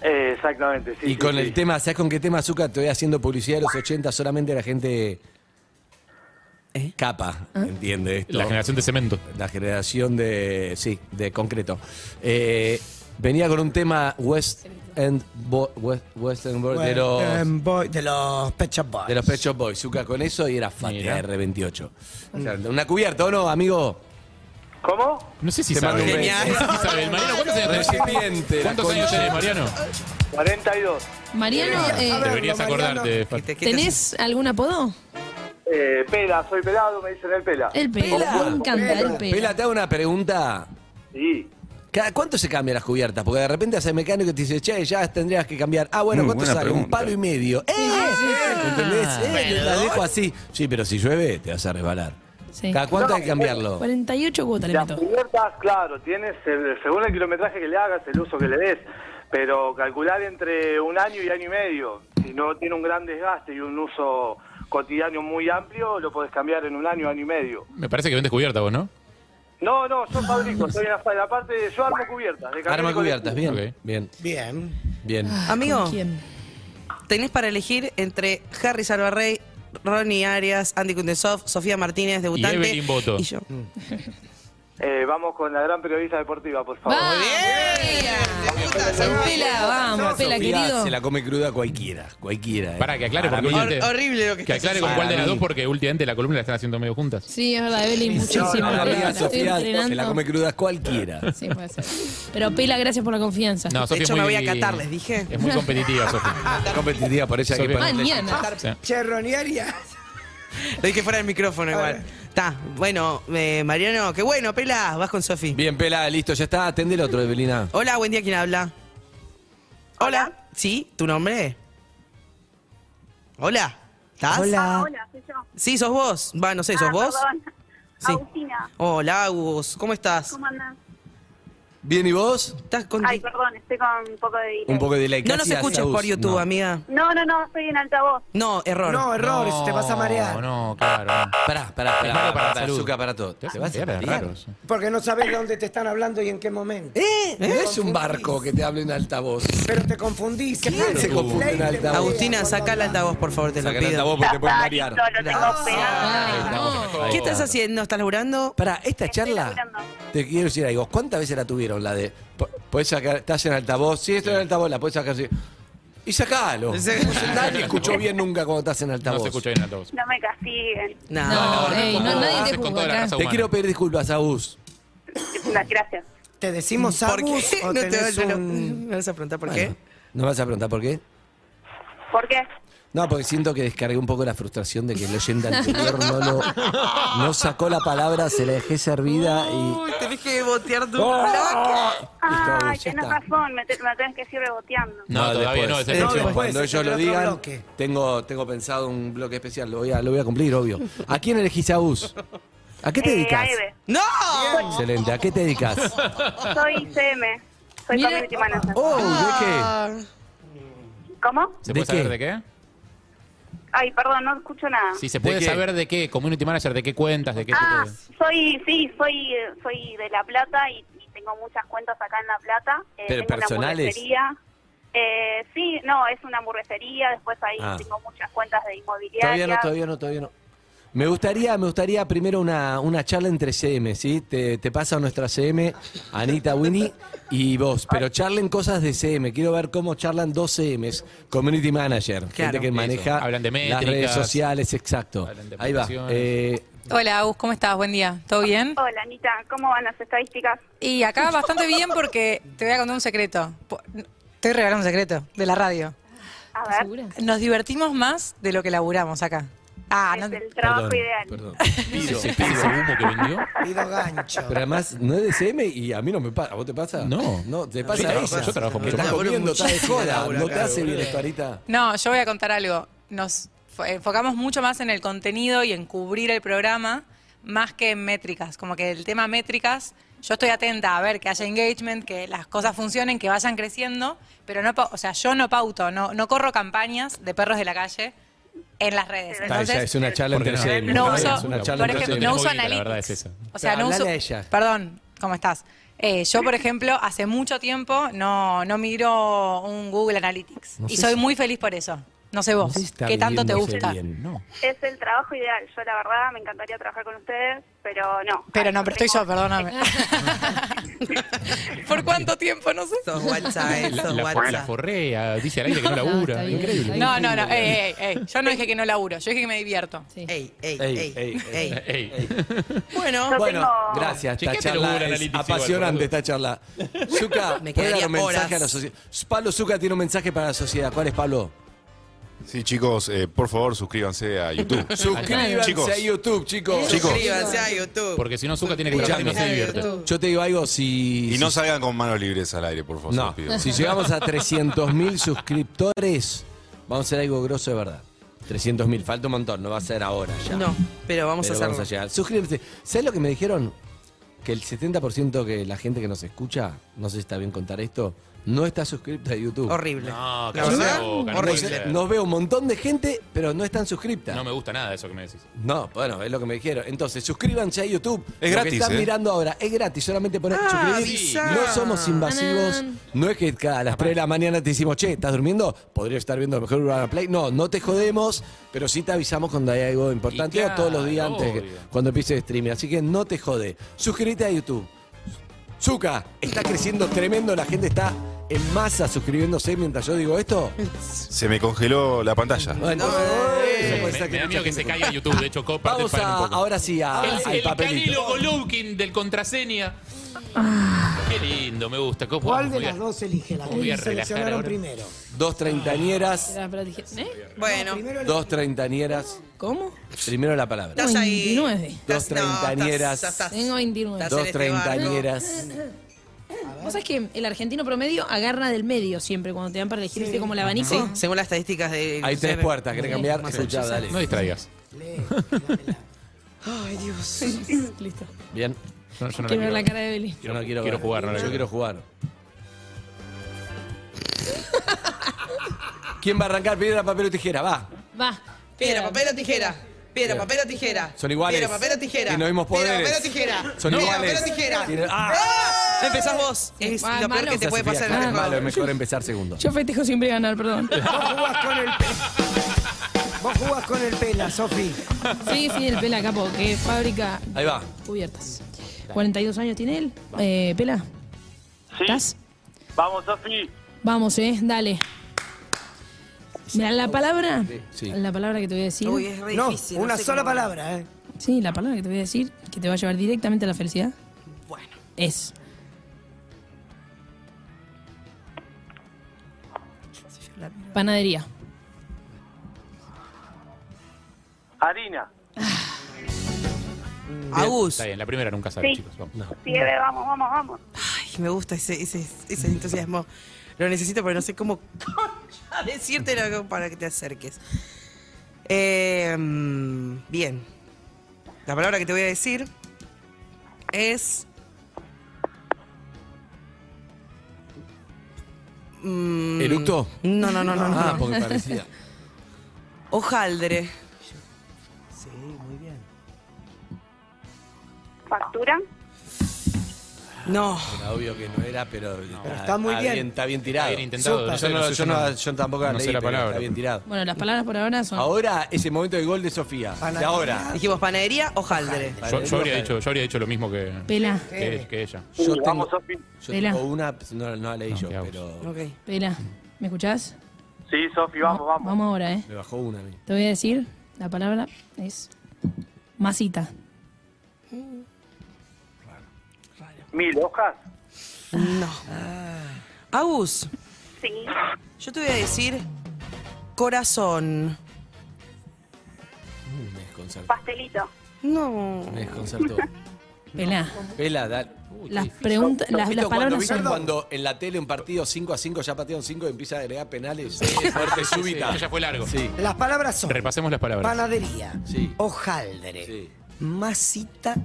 Speaker 8: Eh, exactamente, sí.
Speaker 3: y
Speaker 8: sí,
Speaker 3: con
Speaker 8: sí.
Speaker 3: el tema, ¿sabes con qué tema, Azúcar? Te voy haciendo publicidad de los 80, solamente la gente.
Speaker 4: ¿Eh?
Speaker 3: Capa, entiende esto.
Speaker 7: La generación de cemento.
Speaker 3: la generación de. Sí, de concreto. Eh, venía con un tema West End Bo- West, West End Boy de los,
Speaker 6: Em, voy- de los Pet Shop Boys.
Speaker 3: de los Pet Shop Boys. Zucca con eso y era Fatia
Speaker 7: Mira.
Speaker 3: R28. O sea, una cubierta, ¿o no, amigo?
Speaker 8: ¿Cómo?
Speaker 7: No sé si
Speaker 3: Te
Speaker 7: sabe.
Speaker 3: mando un
Speaker 7: Genial.
Speaker 4: beso.
Speaker 7: No sé si sabe el Mariano, ¿cuántos años
Speaker 3: Recipiente,
Speaker 7: tenés?
Speaker 3: la
Speaker 7: ¿Cuántos años
Speaker 3: concha.
Speaker 7: tenés, Mariano?
Speaker 8: 42.
Speaker 5: Mariano, eh,
Speaker 6: A ver,
Speaker 7: Deberías
Speaker 6: lo Mariano.
Speaker 7: acordarte.
Speaker 4: Que
Speaker 7: Fati.
Speaker 4: te- que te-
Speaker 5: ¿tenés algún apodo?
Speaker 8: Eh, pela, soy pelado, me dicen el pela.
Speaker 5: El pela. Me encanta el
Speaker 3: Pela,
Speaker 5: pela.
Speaker 3: te hago una pregunta.
Speaker 8: Sí.
Speaker 3: ¿Cada cuánto se cambian las cubiertas? Porque de repente hace el mecánico y te dice, che, ya tendrías que cambiar. Ah, bueno,
Speaker 10: Muy
Speaker 3: ¿cuánto
Speaker 10: buena
Speaker 3: sale? Un
Speaker 10: pregunta.
Speaker 3: palo y medio. ¡Eh! ¿Entendés? Eh, la dejo así. Sí, pero si llueve, te vas a resbalar.
Speaker 5: Ah, Sí.
Speaker 3: ¿Cada cuánto hay que cambiarlo?
Speaker 5: 48 cuotas le
Speaker 8: Las
Speaker 5: meto.
Speaker 8: cubiertas, claro, tienes el- según el kilometraje que le hagas, el uso que le des, pero calcular entre un año y año y medio. Si no tiene un gran desgaste y un uso cotidiano muy amplio, lo podés cambiar en un año, año y medio.
Speaker 7: Me parece que vendes cubierta vos, ¿no?
Speaker 8: No, no, yo fabrico, soy en la, en la parte de, yo armo cubiertas. De camión
Speaker 3: Arma
Speaker 8: y colectivo.
Speaker 3: cubiertas, bien.
Speaker 7: Ok.
Speaker 3: Bien,
Speaker 6: Bien.
Speaker 3: bien.
Speaker 4: Amigo,
Speaker 5: ¿Con quién?
Speaker 4: tenés para elegir entre Harry Salvarrey, Ronnie Arias, Andy Kundesov, Sofía Martínez, debutante.
Speaker 7: Evelyn Boto.
Speaker 4: Y yo.
Speaker 8: Eh, vamos con la gran periodista deportiva, por favor.
Speaker 5: ¡Vamos, Ah, pela! Pela, vamos, pela,
Speaker 3: Sofía
Speaker 5: querido.
Speaker 3: Se la come cruda cualquiera, cualquiera. eh.
Speaker 7: Para que aclare,
Speaker 3: Para
Speaker 7: porque
Speaker 3: mí-
Speaker 7: hoy-
Speaker 4: Hor- horrible lo que,
Speaker 7: Que
Speaker 4: estás
Speaker 7: aclare con
Speaker 3: Para
Speaker 7: cuál de las
Speaker 3: mí.
Speaker 7: dos, porque últimamente la columna la están haciendo medio juntas.
Speaker 5: Sí, es verdad, Evelyn, muchísimo.
Speaker 3: No, la
Speaker 5: pela,
Speaker 3: amiga
Speaker 5: la estoy
Speaker 3: Sofía se la
Speaker 5: entrenando.
Speaker 3: come cruda cualquiera.
Speaker 5: Sí, puede ser. Pero Pela, gracias por la confianza.
Speaker 7: No, Sofía es
Speaker 4: hecho, me
Speaker 7: muy-
Speaker 4: voy a Qatar, les dije.
Speaker 7: Es muy competitiva, Sofía.
Speaker 3: Está competitiva, por eso hay que
Speaker 7: Sofía.
Speaker 3: ponerle-
Speaker 5: Mañana.
Speaker 7: Sí.
Speaker 6: Che, Ronnie Arias.
Speaker 4: Lo dije fuera del micrófono igual. Está, bueno, eh, Mariano, qué bueno, Pela, vas con Sofi.
Speaker 3: Bien, Pela, listo, ya está. Atende el otro, Evelina.
Speaker 4: Hola, buen día, ¿quién habla? Hola. ¿Sí? ¿Tu nombre? Hola.
Speaker 9: Ah,
Speaker 4: ¿Estás?
Speaker 9: hola, soy yo.
Speaker 4: Sí, sos vos. Va, no sé, ¿sos
Speaker 9: Ah,
Speaker 4: vos?
Speaker 9: perdón.
Speaker 4: Sí.
Speaker 9: Agustina,
Speaker 4: Hola, Agus. ¿Cómo estás?
Speaker 9: ¿cómo andás?
Speaker 3: ¿Bien y vos?
Speaker 4: ¿Estás con...
Speaker 9: Ay, perdón, estoy con un poco de delay.
Speaker 3: Un poco de delay.
Speaker 4: no nos
Speaker 3: Casi
Speaker 4: escuches
Speaker 3: Asaús.
Speaker 4: por YouTube,
Speaker 3: No.
Speaker 4: amiga.
Speaker 9: No, no, no, estoy en altavoz.
Speaker 4: No, error.
Speaker 6: No, errores,
Speaker 7: No,
Speaker 6: te vas a marear.
Speaker 7: No, claro.
Speaker 3: Pará, pará,
Speaker 7: Es
Speaker 3: pará.
Speaker 7: malo para la
Speaker 3: pará,
Speaker 7: salud.
Speaker 3: azúcar para todo.
Speaker 7: Te
Speaker 3: Te
Speaker 7: hace
Speaker 3: vas a
Speaker 7: marear, es
Speaker 3: marear.
Speaker 7: raro, sí.
Speaker 6: Porque no sabes de dónde te están hablando y en qué momento.
Speaker 3: ¿Eh? No es un barco que te hable en altavoz.
Speaker 6: Pero te confundís.
Speaker 3: Claro, se confunde en altavoz.
Speaker 4: Agustina, saca el altavoz, por favor, te lo
Speaker 3: Saca el
Speaker 4: pido.
Speaker 3: altavoz porque te pueden
Speaker 9: Está
Speaker 3: marear.
Speaker 9: listo, lo tengo pegado.
Speaker 5: Ah, no.
Speaker 4: ¿Qué estás haciendo? ¿Estás laburando?
Speaker 3: Pará, esta
Speaker 9: Estoy
Speaker 3: charla,
Speaker 9: laburando.
Speaker 3: te quiero decir algo. ¿Cuántas veces la tuvieron? La de, po- podés sacar, estás en altavoz. Sí, estoy en altavoz, la podés sacar así. Y sacalo.
Speaker 4: Sí.
Speaker 3: Nadie escuchó bien nunca cuando estás en altavoz.
Speaker 7: No se escucha bien en altavoz.
Speaker 9: No me castiguen.
Speaker 4: No.
Speaker 5: No, ey, no,
Speaker 7: Como
Speaker 5: nadie te
Speaker 7: haces con toda la
Speaker 5: juzga acá.
Speaker 7: raza
Speaker 3: Te
Speaker 7: humana.
Speaker 3: quiero pedir disculpas, Agus.
Speaker 9: Las gracias.
Speaker 6: ¿Te decimos
Speaker 4: ¿Por qué?
Speaker 6: Agus o
Speaker 4: No te
Speaker 6: tenés
Speaker 4: vas a-
Speaker 6: un...
Speaker 4: me vas a preguntar por
Speaker 3: Bueno,
Speaker 4: qué.
Speaker 3: ¿No me vas a preguntar por qué?
Speaker 9: ¿Por qué?
Speaker 3: No, porque siento que descargué un poco la frustración de que el oyente anterior no, lo, no sacó la palabra, se la dejé servida y... ¡Oh!
Speaker 4: Uy, tenés que botear tu
Speaker 3: Listo,
Speaker 9: Ay,
Speaker 3: Agus, ya
Speaker 9: tenés
Speaker 3: está.
Speaker 9: razón, me, te- me tenés que ir reboteando.
Speaker 7: No, todavía no, es el
Speaker 3: Eh,
Speaker 7: próximo.
Speaker 6: después,
Speaker 3: Cuando
Speaker 6: es
Speaker 3: ellos
Speaker 6: el
Speaker 3: lo
Speaker 6: otro
Speaker 3: digan,
Speaker 6: bloque.
Speaker 3: tengo, tengo pensado un bloque especial, lo voy a, lo voy a cumplir, obvio. ¿A quién elegís a Bus? ¿A qué te
Speaker 9: Eh,
Speaker 3: dedicas?
Speaker 9: a Eve.
Speaker 4: ¡No!
Speaker 3: Excelente, ¿a qué te dedicas?
Speaker 9: Soy ICM. Soy
Speaker 5: Mira.
Speaker 9: community manager.
Speaker 3: Oh, ¿de
Speaker 4: Ah,
Speaker 9: ¿Cómo?
Speaker 7: ¿Se
Speaker 3: ¿De
Speaker 7: puede saber
Speaker 3: qué?
Speaker 7: de qué?
Speaker 9: Ay, perdón, no escucho nada.
Speaker 7: Si se
Speaker 3: ¿De
Speaker 7: puede
Speaker 3: qué?
Speaker 7: saber de qué, community manager, de qué cuentas, de qué
Speaker 9: Ah,
Speaker 7: tipo de-
Speaker 9: soy, sí, soy, eh, soy de La Plata y, y tengo muchas cuentas acá en La Plata. Eh,
Speaker 3: ¿Pero
Speaker 9: tengo
Speaker 3: personales?
Speaker 9: Una hamburguesería. eh, sí, no, es una hamburguesería. Después ahí
Speaker 3: Ah.
Speaker 9: tengo muchas cuentas de
Speaker 3: qué?
Speaker 9: inmobiliaria.
Speaker 3: Todavía no, todavía no, todavía no. Me gustaría, me gustaría primero una, una charla entre CM, ¿sí? Te, te pasa nuestra CM, Anita Winnie y vos, pero charlen cosas de CM. Quiero ver cómo charlan dos CMs, Community Manager, gente
Speaker 4: Claro.
Speaker 3: que maneja
Speaker 7: Hablan de
Speaker 3: las
Speaker 7: métricas.
Speaker 3: redes sociales, exacto.
Speaker 7: Hablan de
Speaker 3: Ahí va.
Speaker 7: aplicaciones.
Speaker 3: Eh,
Speaker 10: Hola, Agus, ¿cómo estás? Buen día. ¿Todo bien?
Speaker 9: Hola, Anita, ¿cómo van las estadísticas?
Speaker 10: Y acá bastante bien porque te voy a contar un secreto. Po- Te voy a regalar un secreto de la radio.
Speaker 9: A ver,
Speaker 5: ¿Segura?
Speaker 10: Nos divertimos más de lo que laburamos acá. Ah, no,
Speaker 9: es el trabajo
Speaker 3: perdón,
Speaker 9: ideal.
Speaker 3: perdón.
Speaker 7: Pido, ese pido humo que vendió?
Speaker 6: Pido gancho.
Speaker 3: Pero además, no es de CM y a mí no me pasa. ¿A vos te pasa?
Speaker 7: No.
Speaker 3: No, te
Speaker 7: Yo
Speaker 3: pasa a
Speaker 7: trabajo-
Speaker 3: ella.
Speaker 7: yo trabajo
Speaker 3: Que
Speaker 7: mucho.
Speaker 3: Estás
Speaker 4: Laburo
Speaker 3: comiendo, estás de
Speaker 4: muchísimo,
Speaker 3: joda.
Speaker 4: Laura,
Speaker 3: No te
Speaker 4: claro,
Speaker 3: hace bien
Speaker 4: boludo.
Speaker 3: esto, Anita.
Speaker 10: no, yo voy a contar algo. Nos fo- enfocamos mucho más en el contenido y en cubrir el programa más que en métricas. Como que el tema métricas, yo estoy atenta a ver que haya engagement, que las cosas funcionen, que vayan creciendo, pero no, pa- o sea, yo no pauto, no, no corro campañas de perros de la calle en las redes.
Speaker 9: Está,
Speaker 3: Está,
Speaker 10: Entonces, eh,
Speaker 3: ella es una charla
Speaker 7: Porque
Speaker 3: entre
Speaker 7: no.
Speaker 10: No
Speaker 3: CM. Está bien,
Speaker 10: uso,
Speaker 3: es una charla
Speaker 10: por
Speaker 3: entre
Speaker 10: ejemplo,
Speaker 3: CM.
Speaker 10: no
Speaker 7: tenemos
Speaker 10: uso
Speaker 7: guita, la
Speaker 10: analytics.
Speaker 7: verdad es esa.
Speaker 10: O sea, no
Speaker 3: Hablale
Speaker 10: uso.
Speaker 3: a ella.
Speaker 10: Perdón, ¿cómo estás? Eh, yo, por ejemplo, hace mucho tiempo no, no miro un Google Analytics.
Speaker 3: No
Speaker 10: y
Speaker 3: sé
Speaker 10: soy
Speaker 3: si-
Speaker 10: muy feliz por eso. No sé
Speaker 3: No
Speaker 10: vos,
Speaker 3: sé si está
Speaker 10: ¿qué tanto te
Speaker 3: viviéndose
Speaker 10: gusta?
Speaker 3: bien, no.
Speaker 9: Es el trabajo ideal. Yo, la verdad, me encantaría trabajar con ustedes, pero no.
Speaker 10: Pero
Speaker 9: Ay,
Speaker 10: no, pero estoy yo,
Speaker 9: tengo-
Speaker 10: perdóname. ¿Por cuánto tiempo? No sé.
Speaker 4: Sos WhatsApp,
Speaker 7: La,
Speaker 4: sos
Speaker 7: la- la
Speaker 4: WhatsApp.
Speaker 7: forrea, dice al aire que no
Speaker 5: No,
Speaker 7: labura.
Speaker 5: está bien.
Speaker 7: Increíble.
Speaker 10: No, no, no. ey, ey, ey. Yo no dije que no laburo, yo dije que me divierto.
Speaker 5: Sí.
Speaker 4: Ey, ey,
Speaker 3: Ey,
Speaker 4: ey,
Speaker 3: ey, ey.
Speaker 4: ey.
Speaker 7: Ey.
Speaker 4: Bueno,
Speaker 9: Yo
Speaker 3: Bueno,
Speaker 9: tengo-
Speaker 3: gracias. Esta
Speaker 7: Chequeate
Speaker 3: charla
Speaker 7: Google
Speaker 3: es
Speaker 7: Analytics igual,
Speaker 3: apasionante
Speaker 7: boludo.
Speaker 3: esta charla. Zuka,
Speaker 4: Me
Speaker 3: puede dar un
Speaker 4: quedaría
Speaker 3: mensaje
Speaker 4: horas.
Speaker 3: a la sociedad. Pablo Zuka tiene un mensaje para la sociedad. ¿Cuál es, Pablo?
Speaker 11: Sí, chicos, eh, por favor, suscríbanse a YouTube.
Speaker 3: Suscríbanse
Speaker 11: Chicos.
Speaker 3: a YouTube, chicos.
Speaker 11: Chicos.
Speaker 4: suscríbanse a YouTube.
Speaker 7: Porque si no, Zuka tiene que trabajar y no se
Speaker 4: Escuchame.
Speaker 7: divierte.
Speaker 3: Yo te digo algo, si...
Speaker 11: Y no salgan con manos libres al aire, por favor. se
Speaker 3: No,
Speaker 11: los pido.
Speaker 3: si llegamos a 300.000 suscriptores, vamos a hacer algo grosso de verdad. 300.000, falta un montón, no va a ser ahora ya.
Speaker 4: No, pero vamos
Speaker 3: Pero
Speaker 4: a hacerlo.
Speaker 3: vamos a llegar. Suscríbete. ¿Sabes lo que me dijeron? Que el 70% que la gente que nos escucha, no sé si está bien contar esto, no está suscripta a YouTube.
Speaker 4: Horrible.
Speaker 7: No,
Speaker 4: La
Speaker 7: cállate la
Speaker 4: verdad,
Speaker 7: boca, no puede
Speaker 4: horrible.
Speaker 7: ser.
Speaker 3: Nos veo un montón de gente, pero no están suscriptas.
Speaker 7: No me gusta nada eso que me decís.
Speaker 3: No, bueno, es lo que me dijeron. Entonces, suscríbanse a YouTube.
Speaker 11: Es
Speaker 3: lo
Speaker 11: gratis,
Speaker 3: que están
Speaker 11: ¿eh?
Speaker 3: mirando ahora es gratis. Solamente ponen
Speaker 4: Ah,
Speaker 3: suscribir.
Speaker 4: avisá.
Speaker 3: No somos invasivos.
Speaker 5: Tanán.
Speaker 3: No es que cada- a las 3 de la mañana te decimos, che, ¿estás durmiendo? Podría estar viendo a lo mejor Urbana Play. No, no te jodemos, pero sí te avisamos cuando hay algo importante
Speaker 7: Y
Speaker 3: o todos los días
Speaker 7: claro,
Speaker 3: antes, que-
Speaker 7: obvio.
Speaker 3: cuando empiece el streaming. Así que no te jode. Suscríbete a YouTube. Zuka, está creciendo tremendo. La gente está en masa suscribiéndose mientras yo digo esto.
Speaker 11: Se me congeló la pantalla.
Speaker 3: Bueno, eso Eh,
Speaker 7: Me,
Speaker 3: puede ser
Speaker 7: me da
Speaker 3: mucha
Speaker 7: miedo que
Speaker 3: gente-
Speaker 7: se caiga YouTube. De hecho, copa
Speaker 3: Vamos a, ahora sí a,
Speaker 7: El,
Speaker 3: al
Speaker 7: el
Speaker 3: Ah, papelito.
Speaker 7: Canelo Golovkin del contraseña. Qué lindo, me gusta. Copa,
Speaker 6: Ah. ¿Cuál de
Speaker 7: voy a-
Speaker 6: las dos elige? La que
Speaker 7: voy a relajar
Speaker 6: seleccionaron
Speaker 7: ahora.
Speaker 6: primero.
Speaker 3: Dos treintañeras,
Speaker 5: Era para- dije- ¿eh?
Speaker 4: Bueno,
Speaker 6: Primero la-
Speaker 3: dos treintañeras.
Speaker 5: ¿Cómo?
Speaker 3: Primero la palabra.
Speaker 4: estás ahí.
Speaker 5: 29.
Speaker 3: Dos treintañeras.
Speaker 5: Tengo 29.
Speaker 4: Estás- este
Speaker 3: Dos treintañeras.
Speaker 5: Vos sabés que el argentino promedio agarra del medio siempre cuando te dan para elegir, ¿viste? Como el abanico.
Speaker 4: Sí, según las estadísticas de.
Speaker 3: Hay tres puertas, ¿querés cambiar?
Speaker 4: Más
Speaker 3: Escuchá, dale.
Speaker 7: No distraigas.
Speaker 6: Lee, dámela.
Speaker 4: Ay,
Speaker 6: Ay, Dios.
Speaker 5: Listo.
Speaker 3: Bien.
Speaker 7: Yo, yo no la
Speaker 5: Quiero ver la
Speaker 7: quiero.
Speaker 5: cara de Beli.
Speaker 3: Yo no quiero,
Speaker 7: Quiero
Speaker 3: ver.
Speaker 7: jugar, no la
Speaker 3: Yo
Speaker 7: quiero.
Speaker 3: quiero jugar. ¿Quién va a arrancar? Piedra, papel o tijera, va.
Speaker 5: Va. Eh,
Speaker 4: Piedra, papel o tijera. Piedra, papel o tijera.
Speaker 3: Son iguales.
Speaker 4: Piedra, papel o tijera.
Speaker 3: Y no vimos
Speaker 4: Piedra,
Speaker 3: poderes.
Speaker 4: papel o tijera.
Speaker 3: Son
Speaker 4: Piedra,
Speaker 3: iguales.
Speaker 4: papel o tijera.
Speaker 3: Tiene- ¡Ah!
Speaker 4: ¡Ah! Empezás vos. Es
Speaker 5: Ah,
Speaker 4: lo peor
Speaker 5: malo.
Speaker 4: que te
Speaker 3: Ya,
Speaker 4: puede
Speaker 3: Sofía,
Speaker 4: pasar en
Speaker 3: claro,
Speaker 4: el
Speaker 3: es malo,
Speaker 4: juego.
Speaker 3: es mejor empezar segundo.
Speaker 5: Yo festejo siempre ganar, perdón.
Speaker 6: Vos jugás con el pela, Sofi.
Speaker 5: Sí, sí, el Pela Capo, que fabrica
Speaker 3: Ahí va.
Speaker 5: cubiertas. 42 años tiene él. Eh, Pela. ¿Estás?
Speaker 12: Vamos, Sofi.
Speaker 5: Vamos, eh, dale. Mira, la palabra,
Speaker 3: Sí.
Speaker 5: la palabra que te voy a decir.
Speaker 6: Uy, es re No, difícil, no una sé sola cómo- palabra,
Speaker 5: ¿eh? Sí, la palabra que te voy a decir, que te va a llevar directamente a la felicidad. Bueno. Es. Panadería.
Speaker 12: Harina.
Speaker 4: Agus.
Speaker 7: Está bien, la primera nunca sale,
Speaker 13: Sí.
Speaker 7: chicos. Vamos.
Speaker 13: Pibe, vamos, vamos, vamos.
Speaker 4: Ay, me gusta ese, ese, ese entusiasmo. Lo necesito, pero no sé cómo concha decírtelo como para que te acerques. Eh, mm, bien. La palabra que te voy a decir es. Mm,
Speaker 3: ¿Eructo?
Speaker 4: No, no, no, no. no.
Speaker 3: Ah, porque parecía.
Speaker 4: Hojaldre.
Speaker 6: Sí, muy bien.
Speaker 13: Factura.
Speaker 4: No.
Speaker 3: Era obvio que no era, pero,
Speaker 6: Pero está muy bien.
Speaker 3: Está bien tirado.
Speaker 7: Está bien intentado,
Speaker 3: Súper.
Speaker 7: no sé,
Speaker 3: yo, no-
Speaker 7: no sé,
Speaker 3: yo
Speaker 7: yo
Speaker 3: no-
Speaker 7: no-
Speaker 3: yo tampoco
Speaker 7: no
Speaker 3: leí,
Speaker 7: sé la
Speaker 3: pero
Speaker 7: palabra. Ah.
Speaker 3: Está bien tirado.
Speaker 5: Bueno, las palabras por ahora son.
Speaker 3: Ahora es el momento del gol de Sofía. De ahora.
Speaker 4: Dijimos panadería, hojaldre.
Speaker 7: Yo, yo habría dicho, yo habría dicho lo mismo que,
Speaker 5: Pela,
Speaker 3: Eh.
Speaker 7: que, que ella.
Speaker 3: Yo tengo, yo
Speaker 5: Pela.
Speaker 3: tengo una, no, no la leí yo, pero
Speaker 4: Ok.
Speaker 5: Pela, ¿me escuchás?
Speaker 12: Sí, Sofi, vamos, vamos.
Speaker 5: Vamos ahora, eh.
Speaker 3: me bajó una a mí.
Speaker 5: Te voy a decir, la palabra es masita.
Speaker 12: Mil hojas.
Speaker 4: No. Ah. Agus,
Speaker 13: Sí.
Speaker 4: yo te voy a decir corazón.
Speaker 3: Me desconcertó.
Speaker 13: Pastelito.
Speaker 4: No.
Speaker 3: Me desconcertó.
Speaker 5: Pela,
Speaker 3: Vela, dale.
Speaker 5: las preguntas, las,
Speaker 3: ¿Viste
Speaker 5: las
Speaker 3: cuando,
Speaker 5: palabras
Speaker 3: viste
Speaker 5: son.
Speaker 3: cuando en la tele un partido 5 a 5 ya patearon 5 y empieza a agregar penales? Muerte súbita.
Speaker 7: Eso ya fue largo.
Speaker 3: Sí,
Speaker 6: Las palabras son
Speaker 7: Repasemos las palabras.
Speaker 6: panadería,
Speaker 3: sí,
Speaker 6: hojaldre,
Speaker 3: sí.
Speaker 6: masita,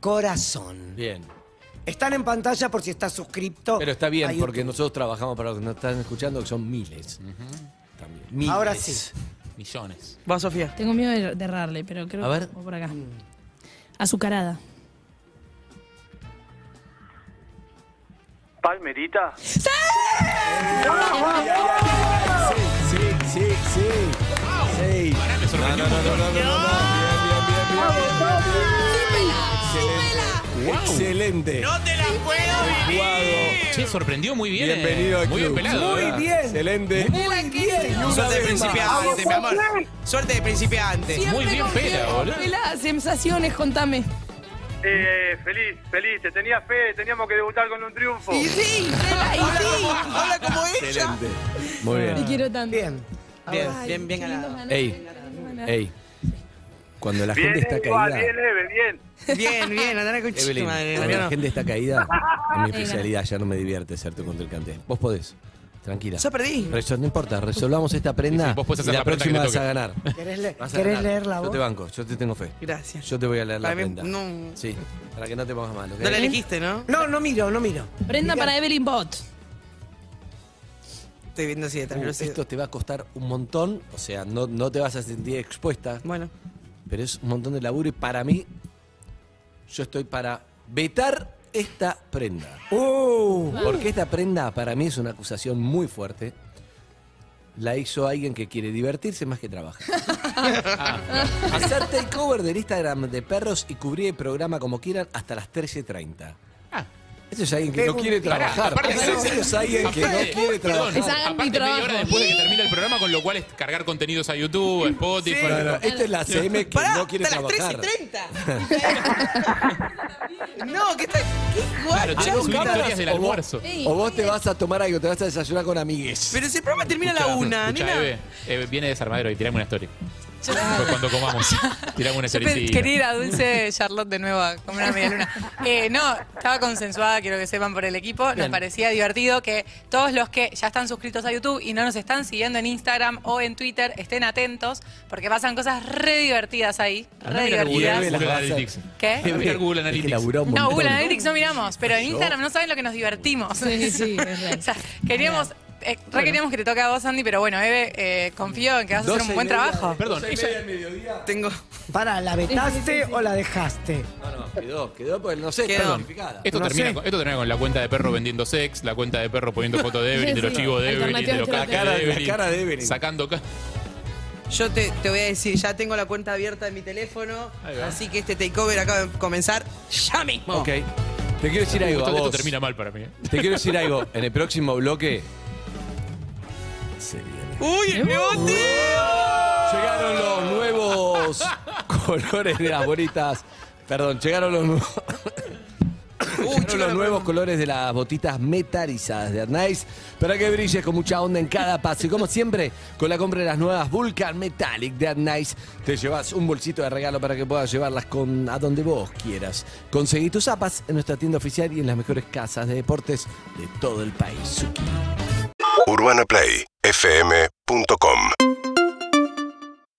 Speaker 6: corazón.
Speaker 3: Bien.
Speaker 6: Están en pantalla por si estás suscripto.
Speaker 3: Pero está
Speaker 6: a
Speaker 3: bien,
Speaker 6: YouTube.
Speaker 3: porque nosotros trabajamos para los que nos están escuchando, que son miles. También. Miles.
Speaker 6: Ahora sí.
Speaker 7: Millones.
Speaker 4: Va, Sofía.
Speaker 5: Tengo miedo de, de errarle, pero creo
Speaker 3: A ver. Mm.
Speaker 5: que voy por acá. Azucarada.
Speaker 12: Palmerita.
Speaker 3: Sí, sí, sí. Sí.
Speaker 7: me sorprendió
Speaker 3: No, no, no, no, no, no, no, no. Bien, bien, bien, bien, bien. Excelente. Excelente.
Speaker 12: te la puedo
Speaker 3: Guado.
Speaker 7: Che, sorprendió muy bien. eh.
Speaker 3: Bienvenido al
Speaker 7: Muy bien
Speaker 3: club.
Speaker 7: pelado.
Speaker 6: Muy
Speaker 7: ¿verdad?
Speaker 6: bien.
Speaker 3: Excelente.
Speaker 6: Muy bien.
Speaker 4: Suerte de principiante, mi amor. Suerte de principiante.
Speaker 7: Muy bien Pela, boludo.
Speaker 5: Pela, sensaciones, contame.
Speaker 12: Eh, feliz, feliz. Te tenía fe. Teníamos que debutar con un triunfo.
Speaker 4: Y sí,
Speaker 5: Pela, y sí.
Speaker 4: habla como ella.
Speaker 3: Excelente. Muy
Speaker 5: Te
Speaker 3: bien.
Speaker 5: quiero tanto.
Speaker 6: Bien.
Speaker 4: Bien, bien, bien ganado.
Speaker 3: Ey, ey. Cuando la
Speaker 12: Bien,
Speaker 3: gente está
Speaker 12: igual,
Speaker 3: caída.
Speaker 12: bien leve, bien.
Speaker 4: Bien, bien, andar con chiste,
Speaker 3: Evelyn,
Speaker 4: madre.
Speaker 3: cuando la
Speaker 4: Mariano.
Speaker 3: gente está caída, es mi especialidad, ya no me divierte serte contra el cantel. Vos podés, tranquila.
Speaker 4: Ya perdí.
Speaker 3: Resol- no importa, resolvamos esta prenda
Speaker 7: Sí, sí, vos podés
Speaker 3: y
Speaker 7: hacer
Speaker 3: la,
Speaker 7: la prenda
Speaker 3: próxima
Speaker 7: que
Speaker 3: vas
Speaker 7: te
Speaker 3: a ganar.
Speaker 6: ¿Querés, le-
Speaker 3: Vas a
Speaker 6: querés
Speaker 3: ganar.
Speaker 6: leerla
Speaker 3: Yo
Speaker 6: vos?
Speaker 3: te banco, yo te tengo fe.
Speaker 4: Gracias.
Speaker 3: Yo te voy a leer
Speaker 4: Para
Speaker 3: la
Speaker 4: mí,
Speaker 3: prenda.
Speaker 4: no.
Speaker 3: Sí, para que no te pongas mal, ¿ok?
Speaker 4: No la elegiste, ¿no?
Speaker 6: No, no miro, no miro.
Speaker 5: Prenda
Speaker 6: Mirá.
Speaker 5: para Evelyn Bot.
Speaker 4: Estoy viendo así detrás.
Speaker 3: Uh,
Speaker 4: pero sí.
Speaker 3: esto te va a costar un montón, o sea, no, no te vas a sentir expuesta,
Speaker 4: Bueno,
Speaker 3: pero es un montón de laburo y para mí, yo estoy para vetar esta prenda.
Speaker 6: Uh,
Speaker 3: Porque esta prenda para mí es una acusación muy fuerte. La hizo alguien que quiere divertirse más que trabajar. Hacer takeover del Instagram de perros y cubrir el programa como quieran hasta las 13.30. Eso es alguien que no quiere
Speaker 7: Pará,
Speaker 3: trabajar.
Speaker 7: aparte-
Speaker 3: Eso es alguien que no
Speaker 7: aparte-
Speaker 3: quiere
Speaker 7: Perdón,
Speaker 3: trabajar.
Speaker 5: Es hagan mi
Speaker 7: aparte media hora
Speaker 5: trabajo.
Speaker 7: después de que termina el programa, con lo cual es cargar contenidos a YouTube, a Spotify.
Speaker 3: No, no, esta es la CM que
Speaker 4: pará,
Speaker 3: no quiere
Speaker 4: hasta las
Speaker 3: trabajar.
Speaker 4: 13 y 30. no, que está. ¿Qué guay?
Speaker 7: Claro, tiene que subir historias del
Speaker 3: o vos-
Speaker 7: almuerzo.
Speaker 5: Ey,
Speaker 3: O vos te vas a tomar algo, te vas a desayunar con amigues.
Speaker 4: Pero si el programa termina a la una,
Speaker 7: Escuchá,
Speaker 4: nena.
Speaker 7: Eve, Eve, viene desarmadero y tirame una historia. Después cuando comamos, tiramos una
Speaker 10: Yo pe-
Speaker 7: choricita.
Speaker 10: quería ir a Dulce Charlotte de nuevo a comer una media luna. Eh, no, estaba consensuada, quiero que sepan, por el equipo. Nos
Speaker 7: Bien.
Speaker 10: parecía divertido que todos los que ya están suscritos a YouTube y no nos están siguiendo en Instagram o en Twitter estén atentos porque pasan cosas re divertidas ahí. Re
Speaker 7: Arranca Google
Speaker 10: divertidas.
Speaker 7: Analytics.
Speaker 10: ¿Qué?
Speaker 7: Arranca Google Analytics.
Speaker 10: No, Google Analytics no miramos, pero en
Speaker 7: Yo-
Speaker 10: Instagram no saben lo que nos divertimos.
Speaker 5: Sí, sí, es verdad.
Speaker 10: O sea, queríamos, eh, re queríamos que te toque a vos, Andy, pero bueno, Eve, eh, confío en que vas a hacer un buen trabajo.
Speaker 7: Perdón,
Speaker 4: Tengo.
Speaker 6: Para, ¿la vetaste o la dejaste?
Speaker 3: No, no, quedó, quedó porque no sé, está
Speaker 7: Perdón.
Speaker 3: significada.
Speaker 7: Esto,
Speaker 6: No
Speaker 7: termina
Speaker 6: sé.
Speaker 7: con, esto termina con la cuenta de perro vendiendo sex, la cuenta de perro poniendo foto de Evelyn, de los
Speaker 4: Sí.
Speaker 7: chivos de Evelyn, de los
Speaker 4: Alternativas
Speaker 7: cacas
Speaker 4: alternativas.
Speaker 7: de Evelyn.
Speaker 4: La cara de
Speaker 7: Sacando ca-
Speaker 4: Yo te, te voy a decir, ya tengo la cuenta abierta en mi teléfono,
Speaker 7: Ahí va.
Speaker 4: así que este takeover acaba de comenzar ya mismo.
Speaker 3: Ok. Te quiero decir algo.
Speaker 7: Esto-
Speaker 3: a
Speaker 7: esto
Speaker 3: vos.
Speaker 7: termina mal para mí, ¿eh?
Speaker 3: Te quiero decir algo. En el próximo bloque. se viene.
Speaker 4: ¡Uy,
Speaker 7: Uh.
Speaker 4: el
Speaker 3: Llegaron los nuevos colores de las bolitas. Perdón, llegaron los nuevos. Llegaron los nuevos colores de las botitas metalizadas de Nice para que brilles con mucha onda en cada paso. Y como siempre, con la compra de las nuevas Vulcan Metallic de Nice, te llevas un bolsito de regalo para que puedas llevarlas con a donde vos quieras. Conseguí tus zapas en nuestra tienda oficial y en las mejores casas de deportes de todo el país.
Speaker 14: UrbanaPlayFM.com